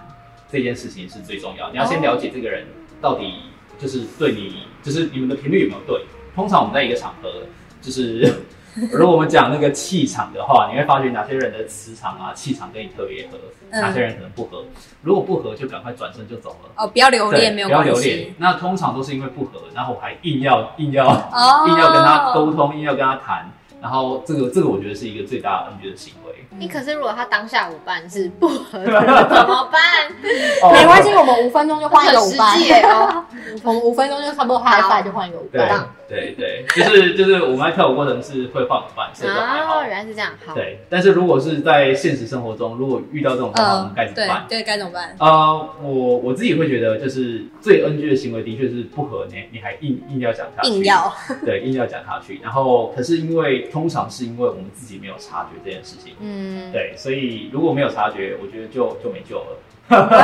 D: 这件事情是最重要。你要先了解这个人到底就是对你，就是你们的频率有没有对。通常我们在一个场合，就是 如果我们讲那个气场的话，你会发觉哪些人的磁场啊、气场跟你特别合，
A: 嗯
D: 哪些人可能不合。如果不合，就赶快转身就走了。
A: 哦，不要留
D: 对，
A: 恋，没有
D: 不要
A: 关
D: 留恋
A: 系。。
D: 那通常都是因为不合，然后我还硬要硬要
A: 哦，
D: 硬要跟他沟通，硬要跟他谈，然后这个这个我觉得是一个最大的 NG 的行为。
B: 嗯
C: 你、可是如果他当下舞伴是不合格 的，怎么办？
A: 没关
D: 哦
A: 系，我们五分钟就换一个舞伴
C: 很实，际耶 哦。
A: 我们五分钟就差不多嗨翻就换一个舞
D: 对
A: 伴。
D: 对对，就是就是我们在跳舞过程是会换舞伴，所以就还好
B: 啊
C: 哦，。原来是这样。好，
D: 对，但是如果是在现实生活中，如果遇到这种情况，我
A: 嗯
D: 们，该怎么
A: 对
D: 办？
A: 对，该怎么办？
D: 呃，我我自己会觉得，就是最 NG 的行为的确是不合你，你还硬硬要讲下去，
A: 硬要
D: 对硬要讲下去。然后，可是因为通常是因为我们自己没有察觉这件事情，
C: 嗯，
D: 对，所以如果没有察觉，我觉得就就没救了。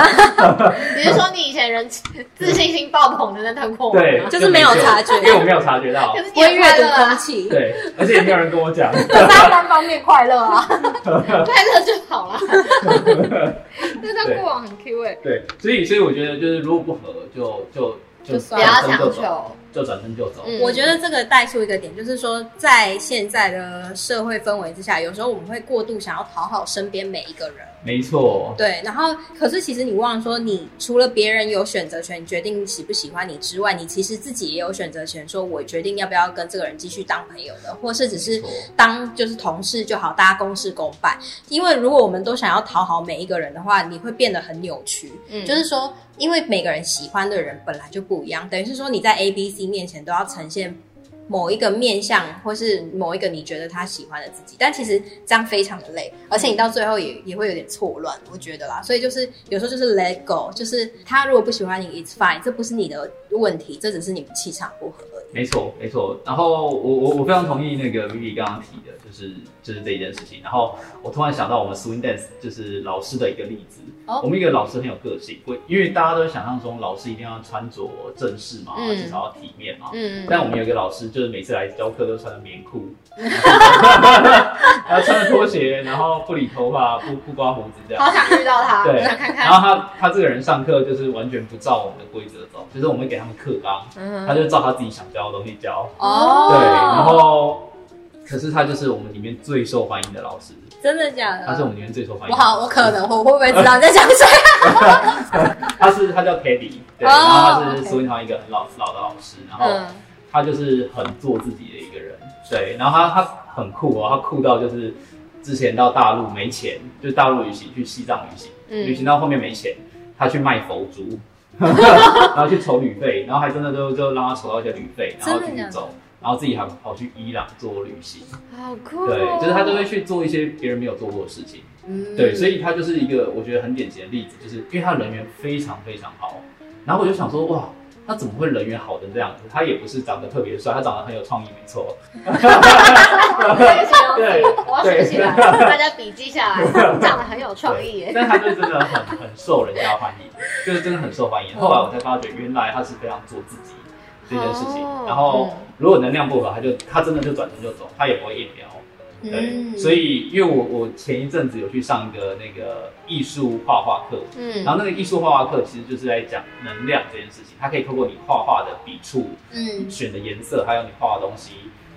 C: 你是说你以前人自信心爆棚的那段过
D: 对，
C: 吗？
A: 就是没有察觉
D: 因为我没有察觉 到
C: 可。是你
A: 不会
C: 也
A: 阅
C: 快
A: 读
C: 乐
A: 空
C: 啊，
A: 气，
D: 对，而且也没有人跟我讲。
A: 大家单方面快乐 啊。
C: 快乐就好了。那段过往很 Q 哎、
D: 对，所以所以我觉得就是如果不合，就就
A: 就
D: 就
A: 算
C: 不
A: 了
C: 要
D: 转身
C: 强
D: 就走，
C: 求。
D: 就转身就走。
C: 嗯
A: 我觉得这个带出一个点，就是说，在现在的社会氛围之下，有时候我们会过度想要讨好身边每一个人，
D: 没错，
A: 对。然后，可是其实你忘了说，你除了别人有选择权，你决定喜不喜欢你之外，你其实自己也有选择权，说我决定要不要跟这个人继续当朋友的，或是只
D: 没
A: 是
D: 错
A: 当就是同事就好，大家公事公办。因为如果我们都想要讨好每一个人的话，你会变得很扭曲。
C: 嗯
A: 就是说，因为每个人喜欢的人本来就不一样，等于是说你在 A、B、C 面前都要呈现某一个面相，或是某一个你觉得他喜欢的自己。但其实这样非常的累，而且你到最后也也会有点错乱，我觉得啦。所以就是有时候就是 let go，就是他如果不喜欢你，it's fine，这不是你的问题，这只是你气场不合而已。
D: 没错，没错。然后我我我非常同意那个 Vivi 刚刚提的，就是就是这一件事情。然后我突然想到我们 Swing Dance 就是老师的一个例子。
A: 哦
D: 我们一个老师很有个性，会因为大家都想象中老师一定要穿着正式嘛，
C: 嗯
D: 至少要体面嘛。
C: 嗯，
D: 但我们有一个老师，就是每次来教课都穿着棉 裤， 然后穿着拖鞋，然后不理头发，不不刮胡子这样。
C: 好想遇到他，
D: 对
C: 我想看
D: 然后
C: 看。
D: 他他这个人上课就是完全不照我们的规则走，就是我们给他们课纲，
C: 嗯
D: 他就照他自己想教的东西教。
A: 哦
D: 对，然后可是他就是我们里面最受欢迎的老师，
A: 真的假的？
D: 他是我们里面最受欢迎
A: 我
D: 的老
A: 好，
D: 师。
A: 我可能我会不会知道你在讲谁？
D: 他是他叫 Teddy，对，
A: 哦
D: 然后他是
A: OK
D: 苏云堂一个很老老的老师，然后。
C: 嗯，
D: 他就是很做自己的一个人，对。然后他他很酷哦，他酷到就是之前到大陆没钱，就大陆旅行去西藏旅行，
C: 嗯
D: 旅行到后面没钱，他去卖佛 珠，然后去筹旅费，然后还真的就就让他筹到一些旅费，然后
A: 真的假
D: 继续
A: 的
D: 走，然后自己还跑去伊朗做旅行，
C: 好酷、哦。
D: 对，就是他都会去做一些别人没有做过的事情，
A: 嗯
D: 对，所以他就是一个我觉得很典型的例子，就是因为他人缘非常非常好，然后我就想说，哇，他怎么会人缘好成这样子？他也不是长得特别帅，他长得很有创意，没错，对
C: 哦我要学起来，大家笔记下 来，讲的很有创意耶。
D: 但他就真的
C: 嗯
D: 很很受人家欢迎，就是真的很受欢迎。后来我才发觉，原来他是非常做自己，这件事情
C: 哦。
D: 然后如果能量不合，他就他真的就转身就走，他也不会硬聊。
C: 嗯
D: 对，所以因为我我前一阵子有去上一个那个艺术画画课，
A: 嗯
D: 然后那个艺术画画课其实就是在讲能量这件事情，它可以透过你画画的笔触、
A: 嗯，
D: 选的颜色，还有你画的东西，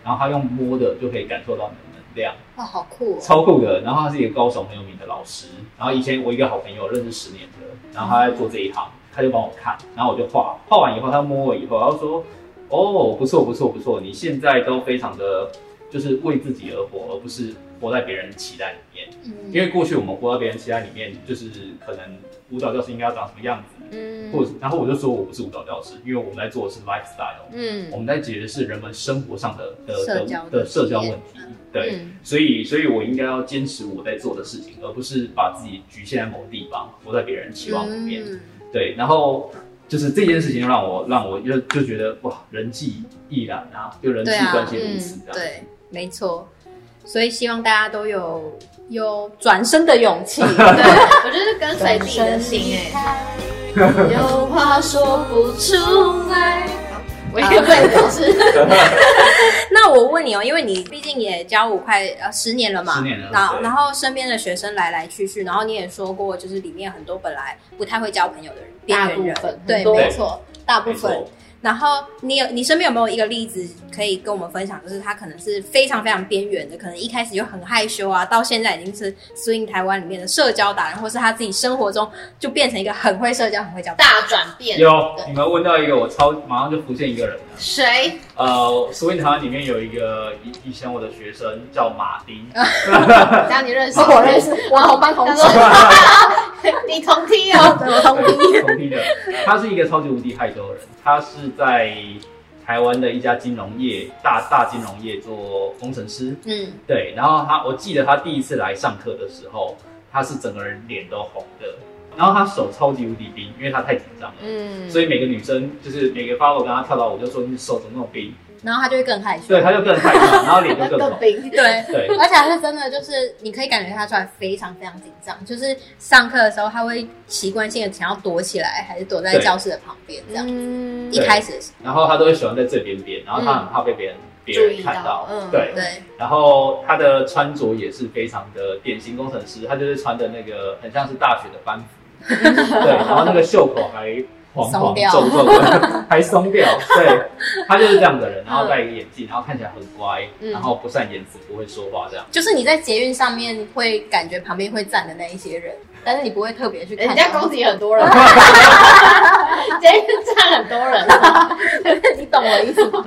D: 然后他用摸的就可以感受到你的能量，
A: 哇，好酷哦！
D: 超酷的。然后他是一个高手很有名的老师，然后以前我一个好朋友认识十年的，然后他在做这一行，他就帮我看，然后我就画，画完以后他摸我以后，他就说：“哦，不错不错不错，你现在都非常的就是为自己而活，而不是活在别人的期待里面。因为过去我们活在别人期待里面，就是可能舞蹈教室应该要长什么样子，
A: 嗯
D: 或者然后我就说我不是舞蹈教师，因为我们在做的是 lifestyle，
A: 嗯
D: 我们在解决的是人们生活上的的
A: 社交
D: 的的社交问题。对，
C: 嗯
D: 所以所以我应该要坚持我在做的事情，而不是把自己局限在某个地方，活在别人期望里面。
A: 嗯
D: 对，然后就是这件事情让我让我就就觉得哇，人际亦然啊，就人际
A: 对啊
D: 关系如此这样。
A: 对，没错。所以希望大家都有有转身的勇气。
B: 对，我觉得是跟随自己的心
C: 欸
B: 哎、有话说不出来。
C: 我也会老师，
A: 那我问你哦，因为你毕竟也教我快呃十年了嘛，
D: 10年了
A: 然后
D: 对
A: 然后身边的学生来来去去，然后你也说过，就是里面很多本来不太会交朋友的人，边缘人
C: 大部分，
A: 对，
C: 很多
A: 没错，大部
D: 没错
A: 分。然后你有你身边有没有一个例子可以跟我们分享？就是他可能是非常非常边缘的，可能一开始就很害羞啊，到现在已经是 swing 台湾里面的社交达人，或是他自己生活中就变成一个很会社交、很会交朋友
B: 大转变，
D: 有，你们问到一个我超马上就浮现一个人了。
B: 谁？
D: 呃，所以台湾里面有一个以以前我的学生叫马 丁，
B: 只要你 认识，
D: 我认
B: 识，我同班同 学，你同梯哦。
A: 的同理。
D: 对同批的，他是一个超级无敌害羞的人，他是在台湾的一家金融业大大金融业做工程师，
A: 嗯，
D: 对，然后他我记得他第一次来上课的时候，他是整个人脸都红的，然后他手超级无敌冰，因为他太紧张了，
C: 嗯
D: 所以每个女生就是每个 follow 跟他跳到，我就说你手怎么那么冰，
A: 然后他就会更害羞。
D: 对，他就更害羞，然后脸就更 红，
B: 饼，
A: 对，
D: 对。
A: 而且他是真的，就是你可以感觉他出来非常非常紧张，就是上课的时候他会习惯性的想要躲起来，还是躲在
D: 对
A: 教室的旁边这样。
C: 嗯
A: 一开始的时
D: 然后他都会喜欢在最边边，然后他很怕被别人、别人看到，
C: 注意到嗯
D: 对
A: 候，。对，
D: 然后他的穿着也是非常的典型工程师，他就是穿的那个很像是大学的班服，对，然后那个袖口还黄
A: 松
D: 黄
A: 掉
D: 皱皱的，还松掉，对，他就是这样的人，然后戴一个眼镜，然后看起来很乖，
C: 嗯
D: 然后不善言辞，不会说话这样。
A: 就是你在捷运上面会感觉旁边会站的那一些人，但是你不会特别去看
B: 人
A: 他，
B: 家攻击 很多人，今天站很多人，
A: 你懂我意思吗？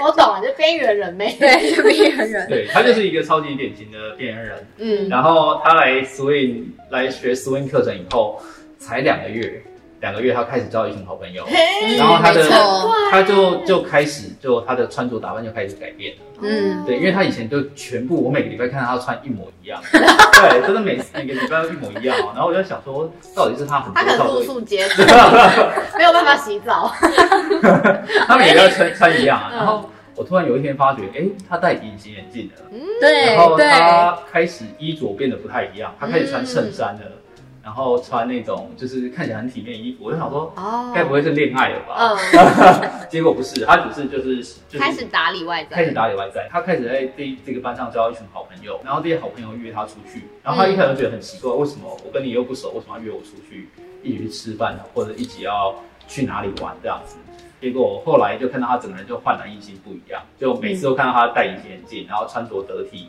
B: 我懂了，就边缘人呗。
A: 对，就边缘人。
D: 对他就是一个超级典型的边缘人。
C: 嗯
D: 然后他来 swing 来学 swing 课程以后，才两个月，两个月他开始交一群好朋友，
A: 嗯
D: 然后他的
A: 没错
D: 他就就开始就他的穿着打扮就开始改变了，
A: 嗯
D: 对，因为他以前就全部我每个礼拜看到他穿一模一样，对，真的每每个礼拜都一模一样哦、然后我就想说，到底是他很
B: 他可
D: 多
B: 能
D: 套
B: 露
D: 路，
B: 宿 街头，没有办法洗澡。
D: 他每个要穿穿一样啊，然后我突然有一天发觉，哎，他戴隐形眼镜了，
A: 对
D: 然后
A: 对，
D: 他开始衣着变得不太一样，他开始穿衬衫了，然后穿那种就是看起来很体面的衣服，我就想说，
C: 哦
D: 该不会是恋爱了吧？
B: 嗯，
D: 结果不是，他只是就是就是
C: 开始打理外在，
D: 开始打理外在，他开始在这这个班上交一群好朋友，然后这些好朋友约他出去，然后他一开始觉得很奇怪，为什么我跟你又不熟，为什么要约我出去一起去吃饭，啊或者一起要去哪里玩这样子？结果后来就看到他整个人就焕然一新，不一样，就每次都看到他戴隐形眼镜，然后穿着得体，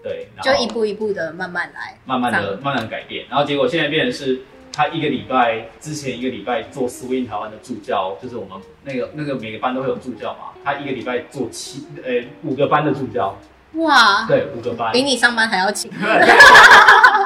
D: 对，然
A: 就
D: 后
A: 一步一步的慢慢来。
D: 慢慢的慢慢地改变，然后结果现在变成是。他一个礼拜之前一个礼拜做 swing 台湾的助教，就是我们那个那个每个班都会有助教嘛。他一个礼拜做七呃五个班的助教，
B: 啊
A: 哇，
D: 对，五个班。
A: 比你上班还要勤。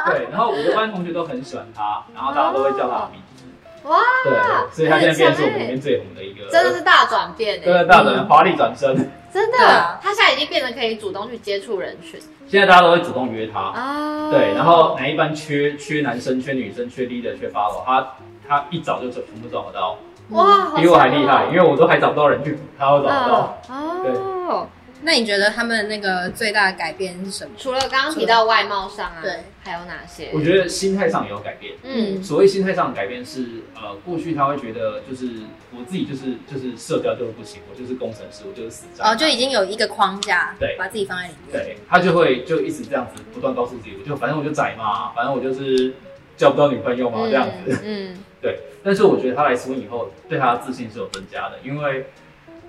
D: 对，然后五个班同学都很喜欢他，然后大家都会叫他的名字。
B: 哇！
D: 对，所以他现在变成是我们里面最红的一个，
B: 真的是嗯大转
C: 欸
B: 变
D: 真
B: 哎，
D: 的大转华丽转身。
B: 真
A: 对啊
B: 的，他现在已经变得可以主动去接触人群
D: 现在大家都会主动约他。
B: 啊
C: 哦
D: 对，然后哪一班缺缺男生、缺女生、缺 leader、缺 follow，他他一找就全部找得到，
A: 嗯
B: 哇，好
D: 比我还
B: 强哦
D: 哦厉害，因为我都还找不到人去补，他都找得到。对
C: 嗯哦，
A: 那你觉得他们那个最大的改变是什么？
C: 除了刚刚提到外貌上啊，
A: 对，
C: 还有哪些？
D: 我觉得心态上也有改变。
C: 嗯，
D: 所谓心态上的改变是，呃，过去他会觉得就是我自己就是就是社交就是不行，我就是工程师，我就是死宅
A: 哦，就已经有一个框架，
D: 对
A: 把自己放在里面。
D: 对他就会就一直这样子不断告诉自己，我就反正我就宅嘛，反正我就是交不到女朋友嘛、这样子。
C: 嗯，
D: 但是我觉得他来 swing 以后，对他的自信是有增加的，因为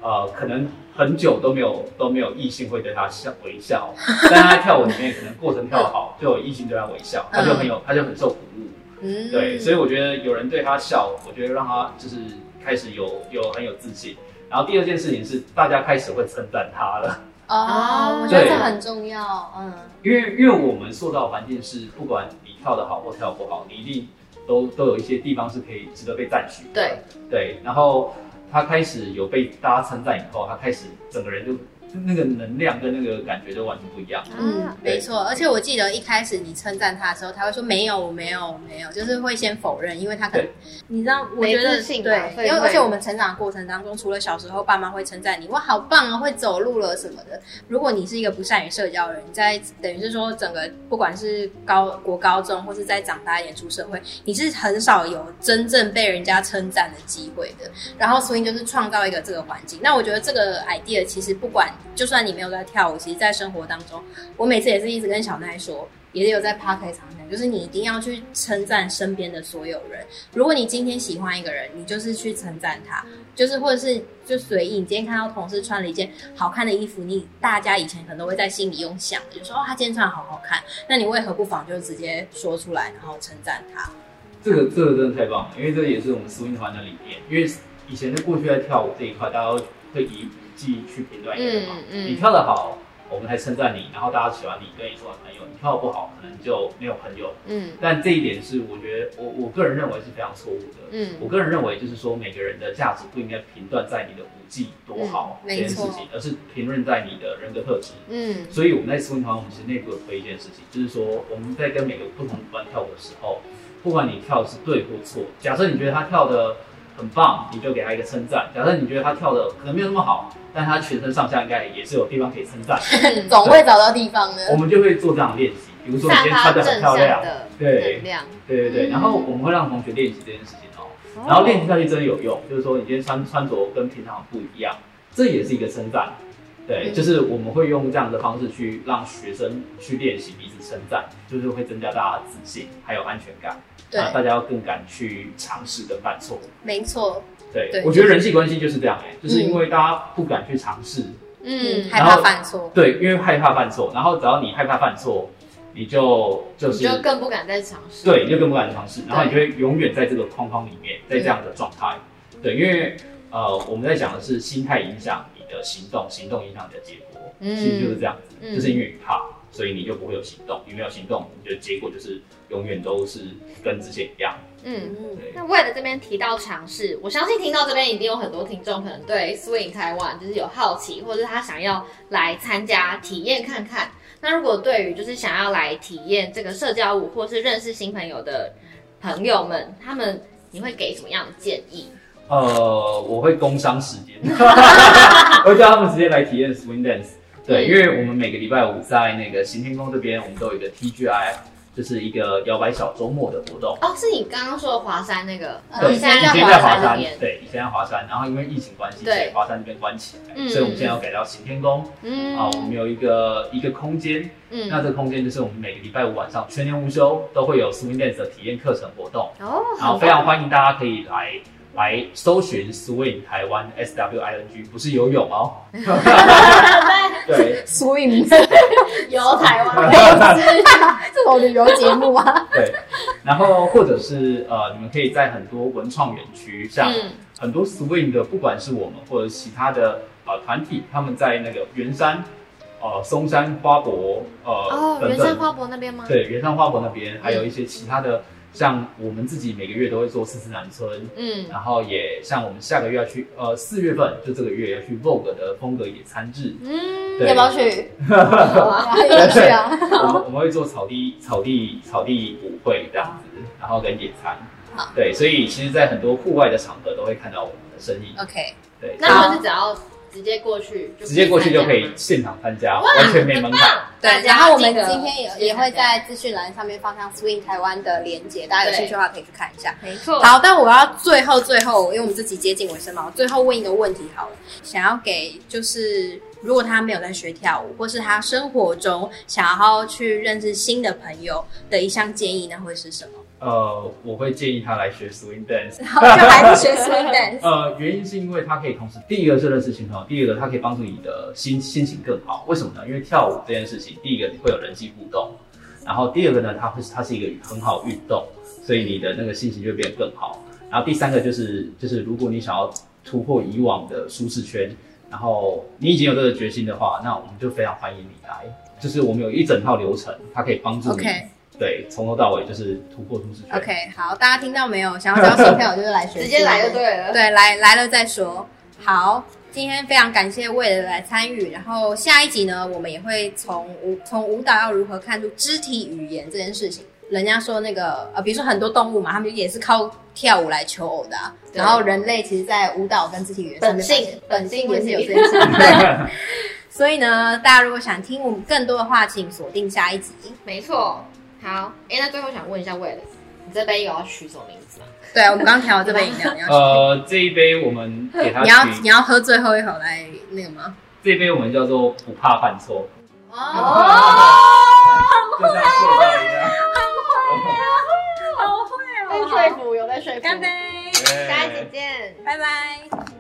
D: 呃，可能很久都没有都没有异性会对他笑微 笑，但他在跳舞里面可能过程跳得好，就有异性对他微笑，他就很
C: 嗯
D: 有他就很受鼓舞。
A: 嗯，
D: 对，所以我觉得有人对他笑，我觉得让他就是开始有有很有自信。然后第二件事情是，大家开始会称赞他了。
A: 哦，我觉
D: 对
A: 得这很重要。嗯，
D: 因为因为我们塑造的环境是，不管你跳得好或跳得不好，你一定都都有一些地方是可以值得被赞许的。
C: 对
D: 对，然后他开始有被大家称赞以后，他开始整个人就那个能量跟那个感觉就完全不一样。
A: 嗯
C: 啊，，
A: 没错，而且我记得一开始你称赞他的时候，他会说没有，我没有，我没有，就是会先否认，因为他可能
D: 对
A: 你知道，我
C: 没
A: 觉得
C: 自信吧啊
A: 对，
C: 所以
A: 因为
C: 会
A: 而且我们成长的过程当中，除了小时候爸妈会称赞你哇好棒啊，会走路了什么的，如果你是一个不善于社交的人，你在等于是说整个不管是高国高中或是再长大一点出社会，你是很少有真正被人家称赞的机会的。然后所以就是创造一个这个环境。那我觉得这个 idea 其实不管，就算你没有在跳舞，其实在生活当中，我每次也是一直跟小奈说，也有在 p a r k 常讲，就是你一定要去称赞身边的所有人。如果你今天喜欢一个人，你就是去称赞他，就是或者是就随意。你今天看到同事穿了一件好看的衣服，你大家以前可能都会在心里用想的，就说哦他今天穿的好好看，那你为何不妨就直接说出来，然后称赞他？
D: 这个这个真的太棒了，因为这也是我们 swing 团的理念。因为以前在过去在跳舞这一块，大家会以记忆去评断一个人嘛，
C: 嗯嗯
D: 你跳得好。我们才称赞你，然后大家喜欢你，跟你做朋友。你跳得不好，可能就没有朋友。
C: 嗯
D: 但这一点是我觉得我我个人认为是非常错误的。
C: 嗯
D: 我个人认为，就是说每个人的价值不应该评断在你的舞技多好
A: 嗯
D: 这
A: 没
D: 件事情，而是评论在你的人格特质。
C: 嗯
D: 所以我们在苏宁团，我们其实内部有推一件事情，就是说我们在跟每个不同班跳舞的时候，不管你跳的是对或错，假设你觉得他跳的很棒，你就给他一个称赞；假设你觉得他跳的可能没有那么好，但他全身上下应该也是有地方可以称赞，
C: 嗯，
A: 总会找到地方的。
D: 我们就会做这样的练习。比如说你
C: 散
D: 今天
C: 发
D: 穿的
C: 正
D: 很
C: 向
D: 漂亮，
C: 的
D: 对
C: 能量，
D: 对对对，
A: 嗯
D: 然后我们会让同学练习这件事情哦。然后练习下去真的有用，就是说你今天穿穿着跟平常不一样，这也是一个称赞。对，
C: 嗯
D: 就是我们会用这样的方式去让学生去练习彼此称赞，就是会增加大家的自信还有安全感，
A: 对，
D: 啊大家要更敢去尝试跟犯错。
A: 没错，
D: 对，
A: 对
D: 我觉得人际关系就是这样、哎，就是因为大家不敢去尝试，
A: 嗯，
C: 嗯，
A: 害
D: 然
A: 怕
D: 后
A: 犯错，
D: 对，因为害怕犯错，然后只要你害怕犯错，你就就
C: 你
D: 是
C: 就更不敢再尝试。
D: 对，你就更不敢尝试，然后你就会永远在这个框框里面，在这样的状态。对，因为呃，我们在讲的是心态影响你的行动，行动影响你的结果，
C: 嗯
D: 其实就是这样子，
C: 嗯
D: 就是因为你怕，所以你就不会有行动，你没有行动，你的结果就是永远都是跟之前一样。
C: 嗯。
A: 嗯，
D: 对，
C: 那为了这边提到尝试，我相信听到这边一定有很多听众可能对 Swing Taiwan 就是有好奇，或者是他想要来参加体验看看。那如果对于就是想要来体验这个社交舞，或是认识新朋友的朋友们，他们你会给什么样的建议？
D: 呃，我会工商时 间，我会叫他们直接来体验 swing dance。对，
C: 嗯
D: 因为我们每个礼拜五在那个行天宫这边，我们都有一个 TGI，就是一个摇摆小周末的活动。
C: 哦，是你刚刚说的华山那个，
A: 呃
D: 对，
A: 你
D: 以
A: 现
D: 前
A: 在在
D: 在
C: 华
D: 华
C: 山那
D: 山
C: 边，
D: 对，以前在华山，然后因为疫情关系，
C: 对
D: 所以华山这边关起来，
C: 嗯
D: 所以我们现在要改到行天宫
C: 嗯
D: 啊，我们有一个一个空间，那
C: 嗯，
D: 这个空间就是我们每个礼拜五晚上全年无休都会有 swing dance 的体验课程活动，
C: 哦，
D: 然后
C: 好
D: 非常欢迎大家可以来来搜寻 swing 台湾 S W I N G，不是游泳 哦，对
A: 所 以
C: 游台湾，
A: 这种旅游节目啊，
D: 对，然后或者是呃，你们可以在很多文创园区，像
C: 嗯
D: 很多 swing 的，不管是我们或者其他的呃团体，他们在那个圆山、呃松山花博、呃、
C: 哦，
D: 等
C: 圆山
D: 等，
C: 花博那边吗？
D: 对圆山花博那边，还有一些其他的，像我们自己每个月都会做四四南村，
C: 嗯，
D: 然后也像我们下个月要去呃四月份，就这个月要去 Vogue 的风格野餐日，
C: 嗯，
A: 你
D: 对
A: 要不要去？
C: 好啊，
A: 要一起去啊！
D: 我 们我们会做草地草地草地舞会这样子，然后跟野餐
A: 好。
D: 对，所以其实，在很多户外的场合都会看到我们的身影。
A: OK，
D: 对，
C: 那他们是只要
B: 直接过去，
D: 直接过去就可以
B: 参加
D: 现场参加，完全没门槛。
A: 对，
B: 大家
A: 然后我们
B: 记得
A: 今天
B: 直
A: 也
B: 接
A: 也会
B: 参加
A: 在资讯栏上面放上 Swing 台湾的连接，大家有兴趣的话可以去看一下。
C: 没错。
A: 好，但我要最后最后，因为我们自己接近尾声嘛，我最后问一个问题好了，想要给就是如果他没有在学跳舞，或是他生活中想要去认识新的朋友的一项建议，那会是 什么？
D: 呃，我会建议他来学 swing dance。
A: 然后就还是学 swing dance。
D: 呃，原因是因为它可以同时，第一个是认识新朋友，第二个它可以帮助你的心心情更好。为什么呢？因为跳舞这件事情，第一个你会有人际互动，然后第二个呢，它会它是一个很好运动，所以你的那个心情就会变得更好。然后第三个就是就是如果你想要突破以往的舒适圈，然后你已经有这个决心的话，那我们就非常欢迎你来。就是我们有一整套流程，它可以帮助你
A: OK
D: 对，从头到尾就是突破舒适圈。
A: OK，好，大家听到没有？想要交新朋友就是来学 swing dance，
B: 直接来就对了。
A: 对，来来了再说。好，今天非常感谢魏的来参与，然后下一集呢，我们也会从舞从舞蹈要如何看出肢体语言这件事情。人家说那个呃，比如说很多动物嘛，它们也是靠跳舞来求偶的、啊，
B: 对
A: 然后人类其实，在舞蹈跟肢体语言上面
B: 本性
A: 本性也是有这
B: 本
A: 件
B: 性
A: 事情。对所以呢，大家如果想听我们更多的话，请锁定下一集。
B: 没错。好，哎、那最后想问一下 Will，你这杯有要取什么名字吗？
A: 对我们刚调的这杯饮料，你要、
D: 呃，这一杯我们给它
A: 你要
D: 取
A: 你要喝最后一口来那个吗？
D: 这杯我们叫做不怕犯错，
B: 哦，
D: 就像做到一样。
A: 好会啊哦
B: 被说服，有被说服。
A: 干杯，
D: 对
B: 下一集见。
A: 拜拜。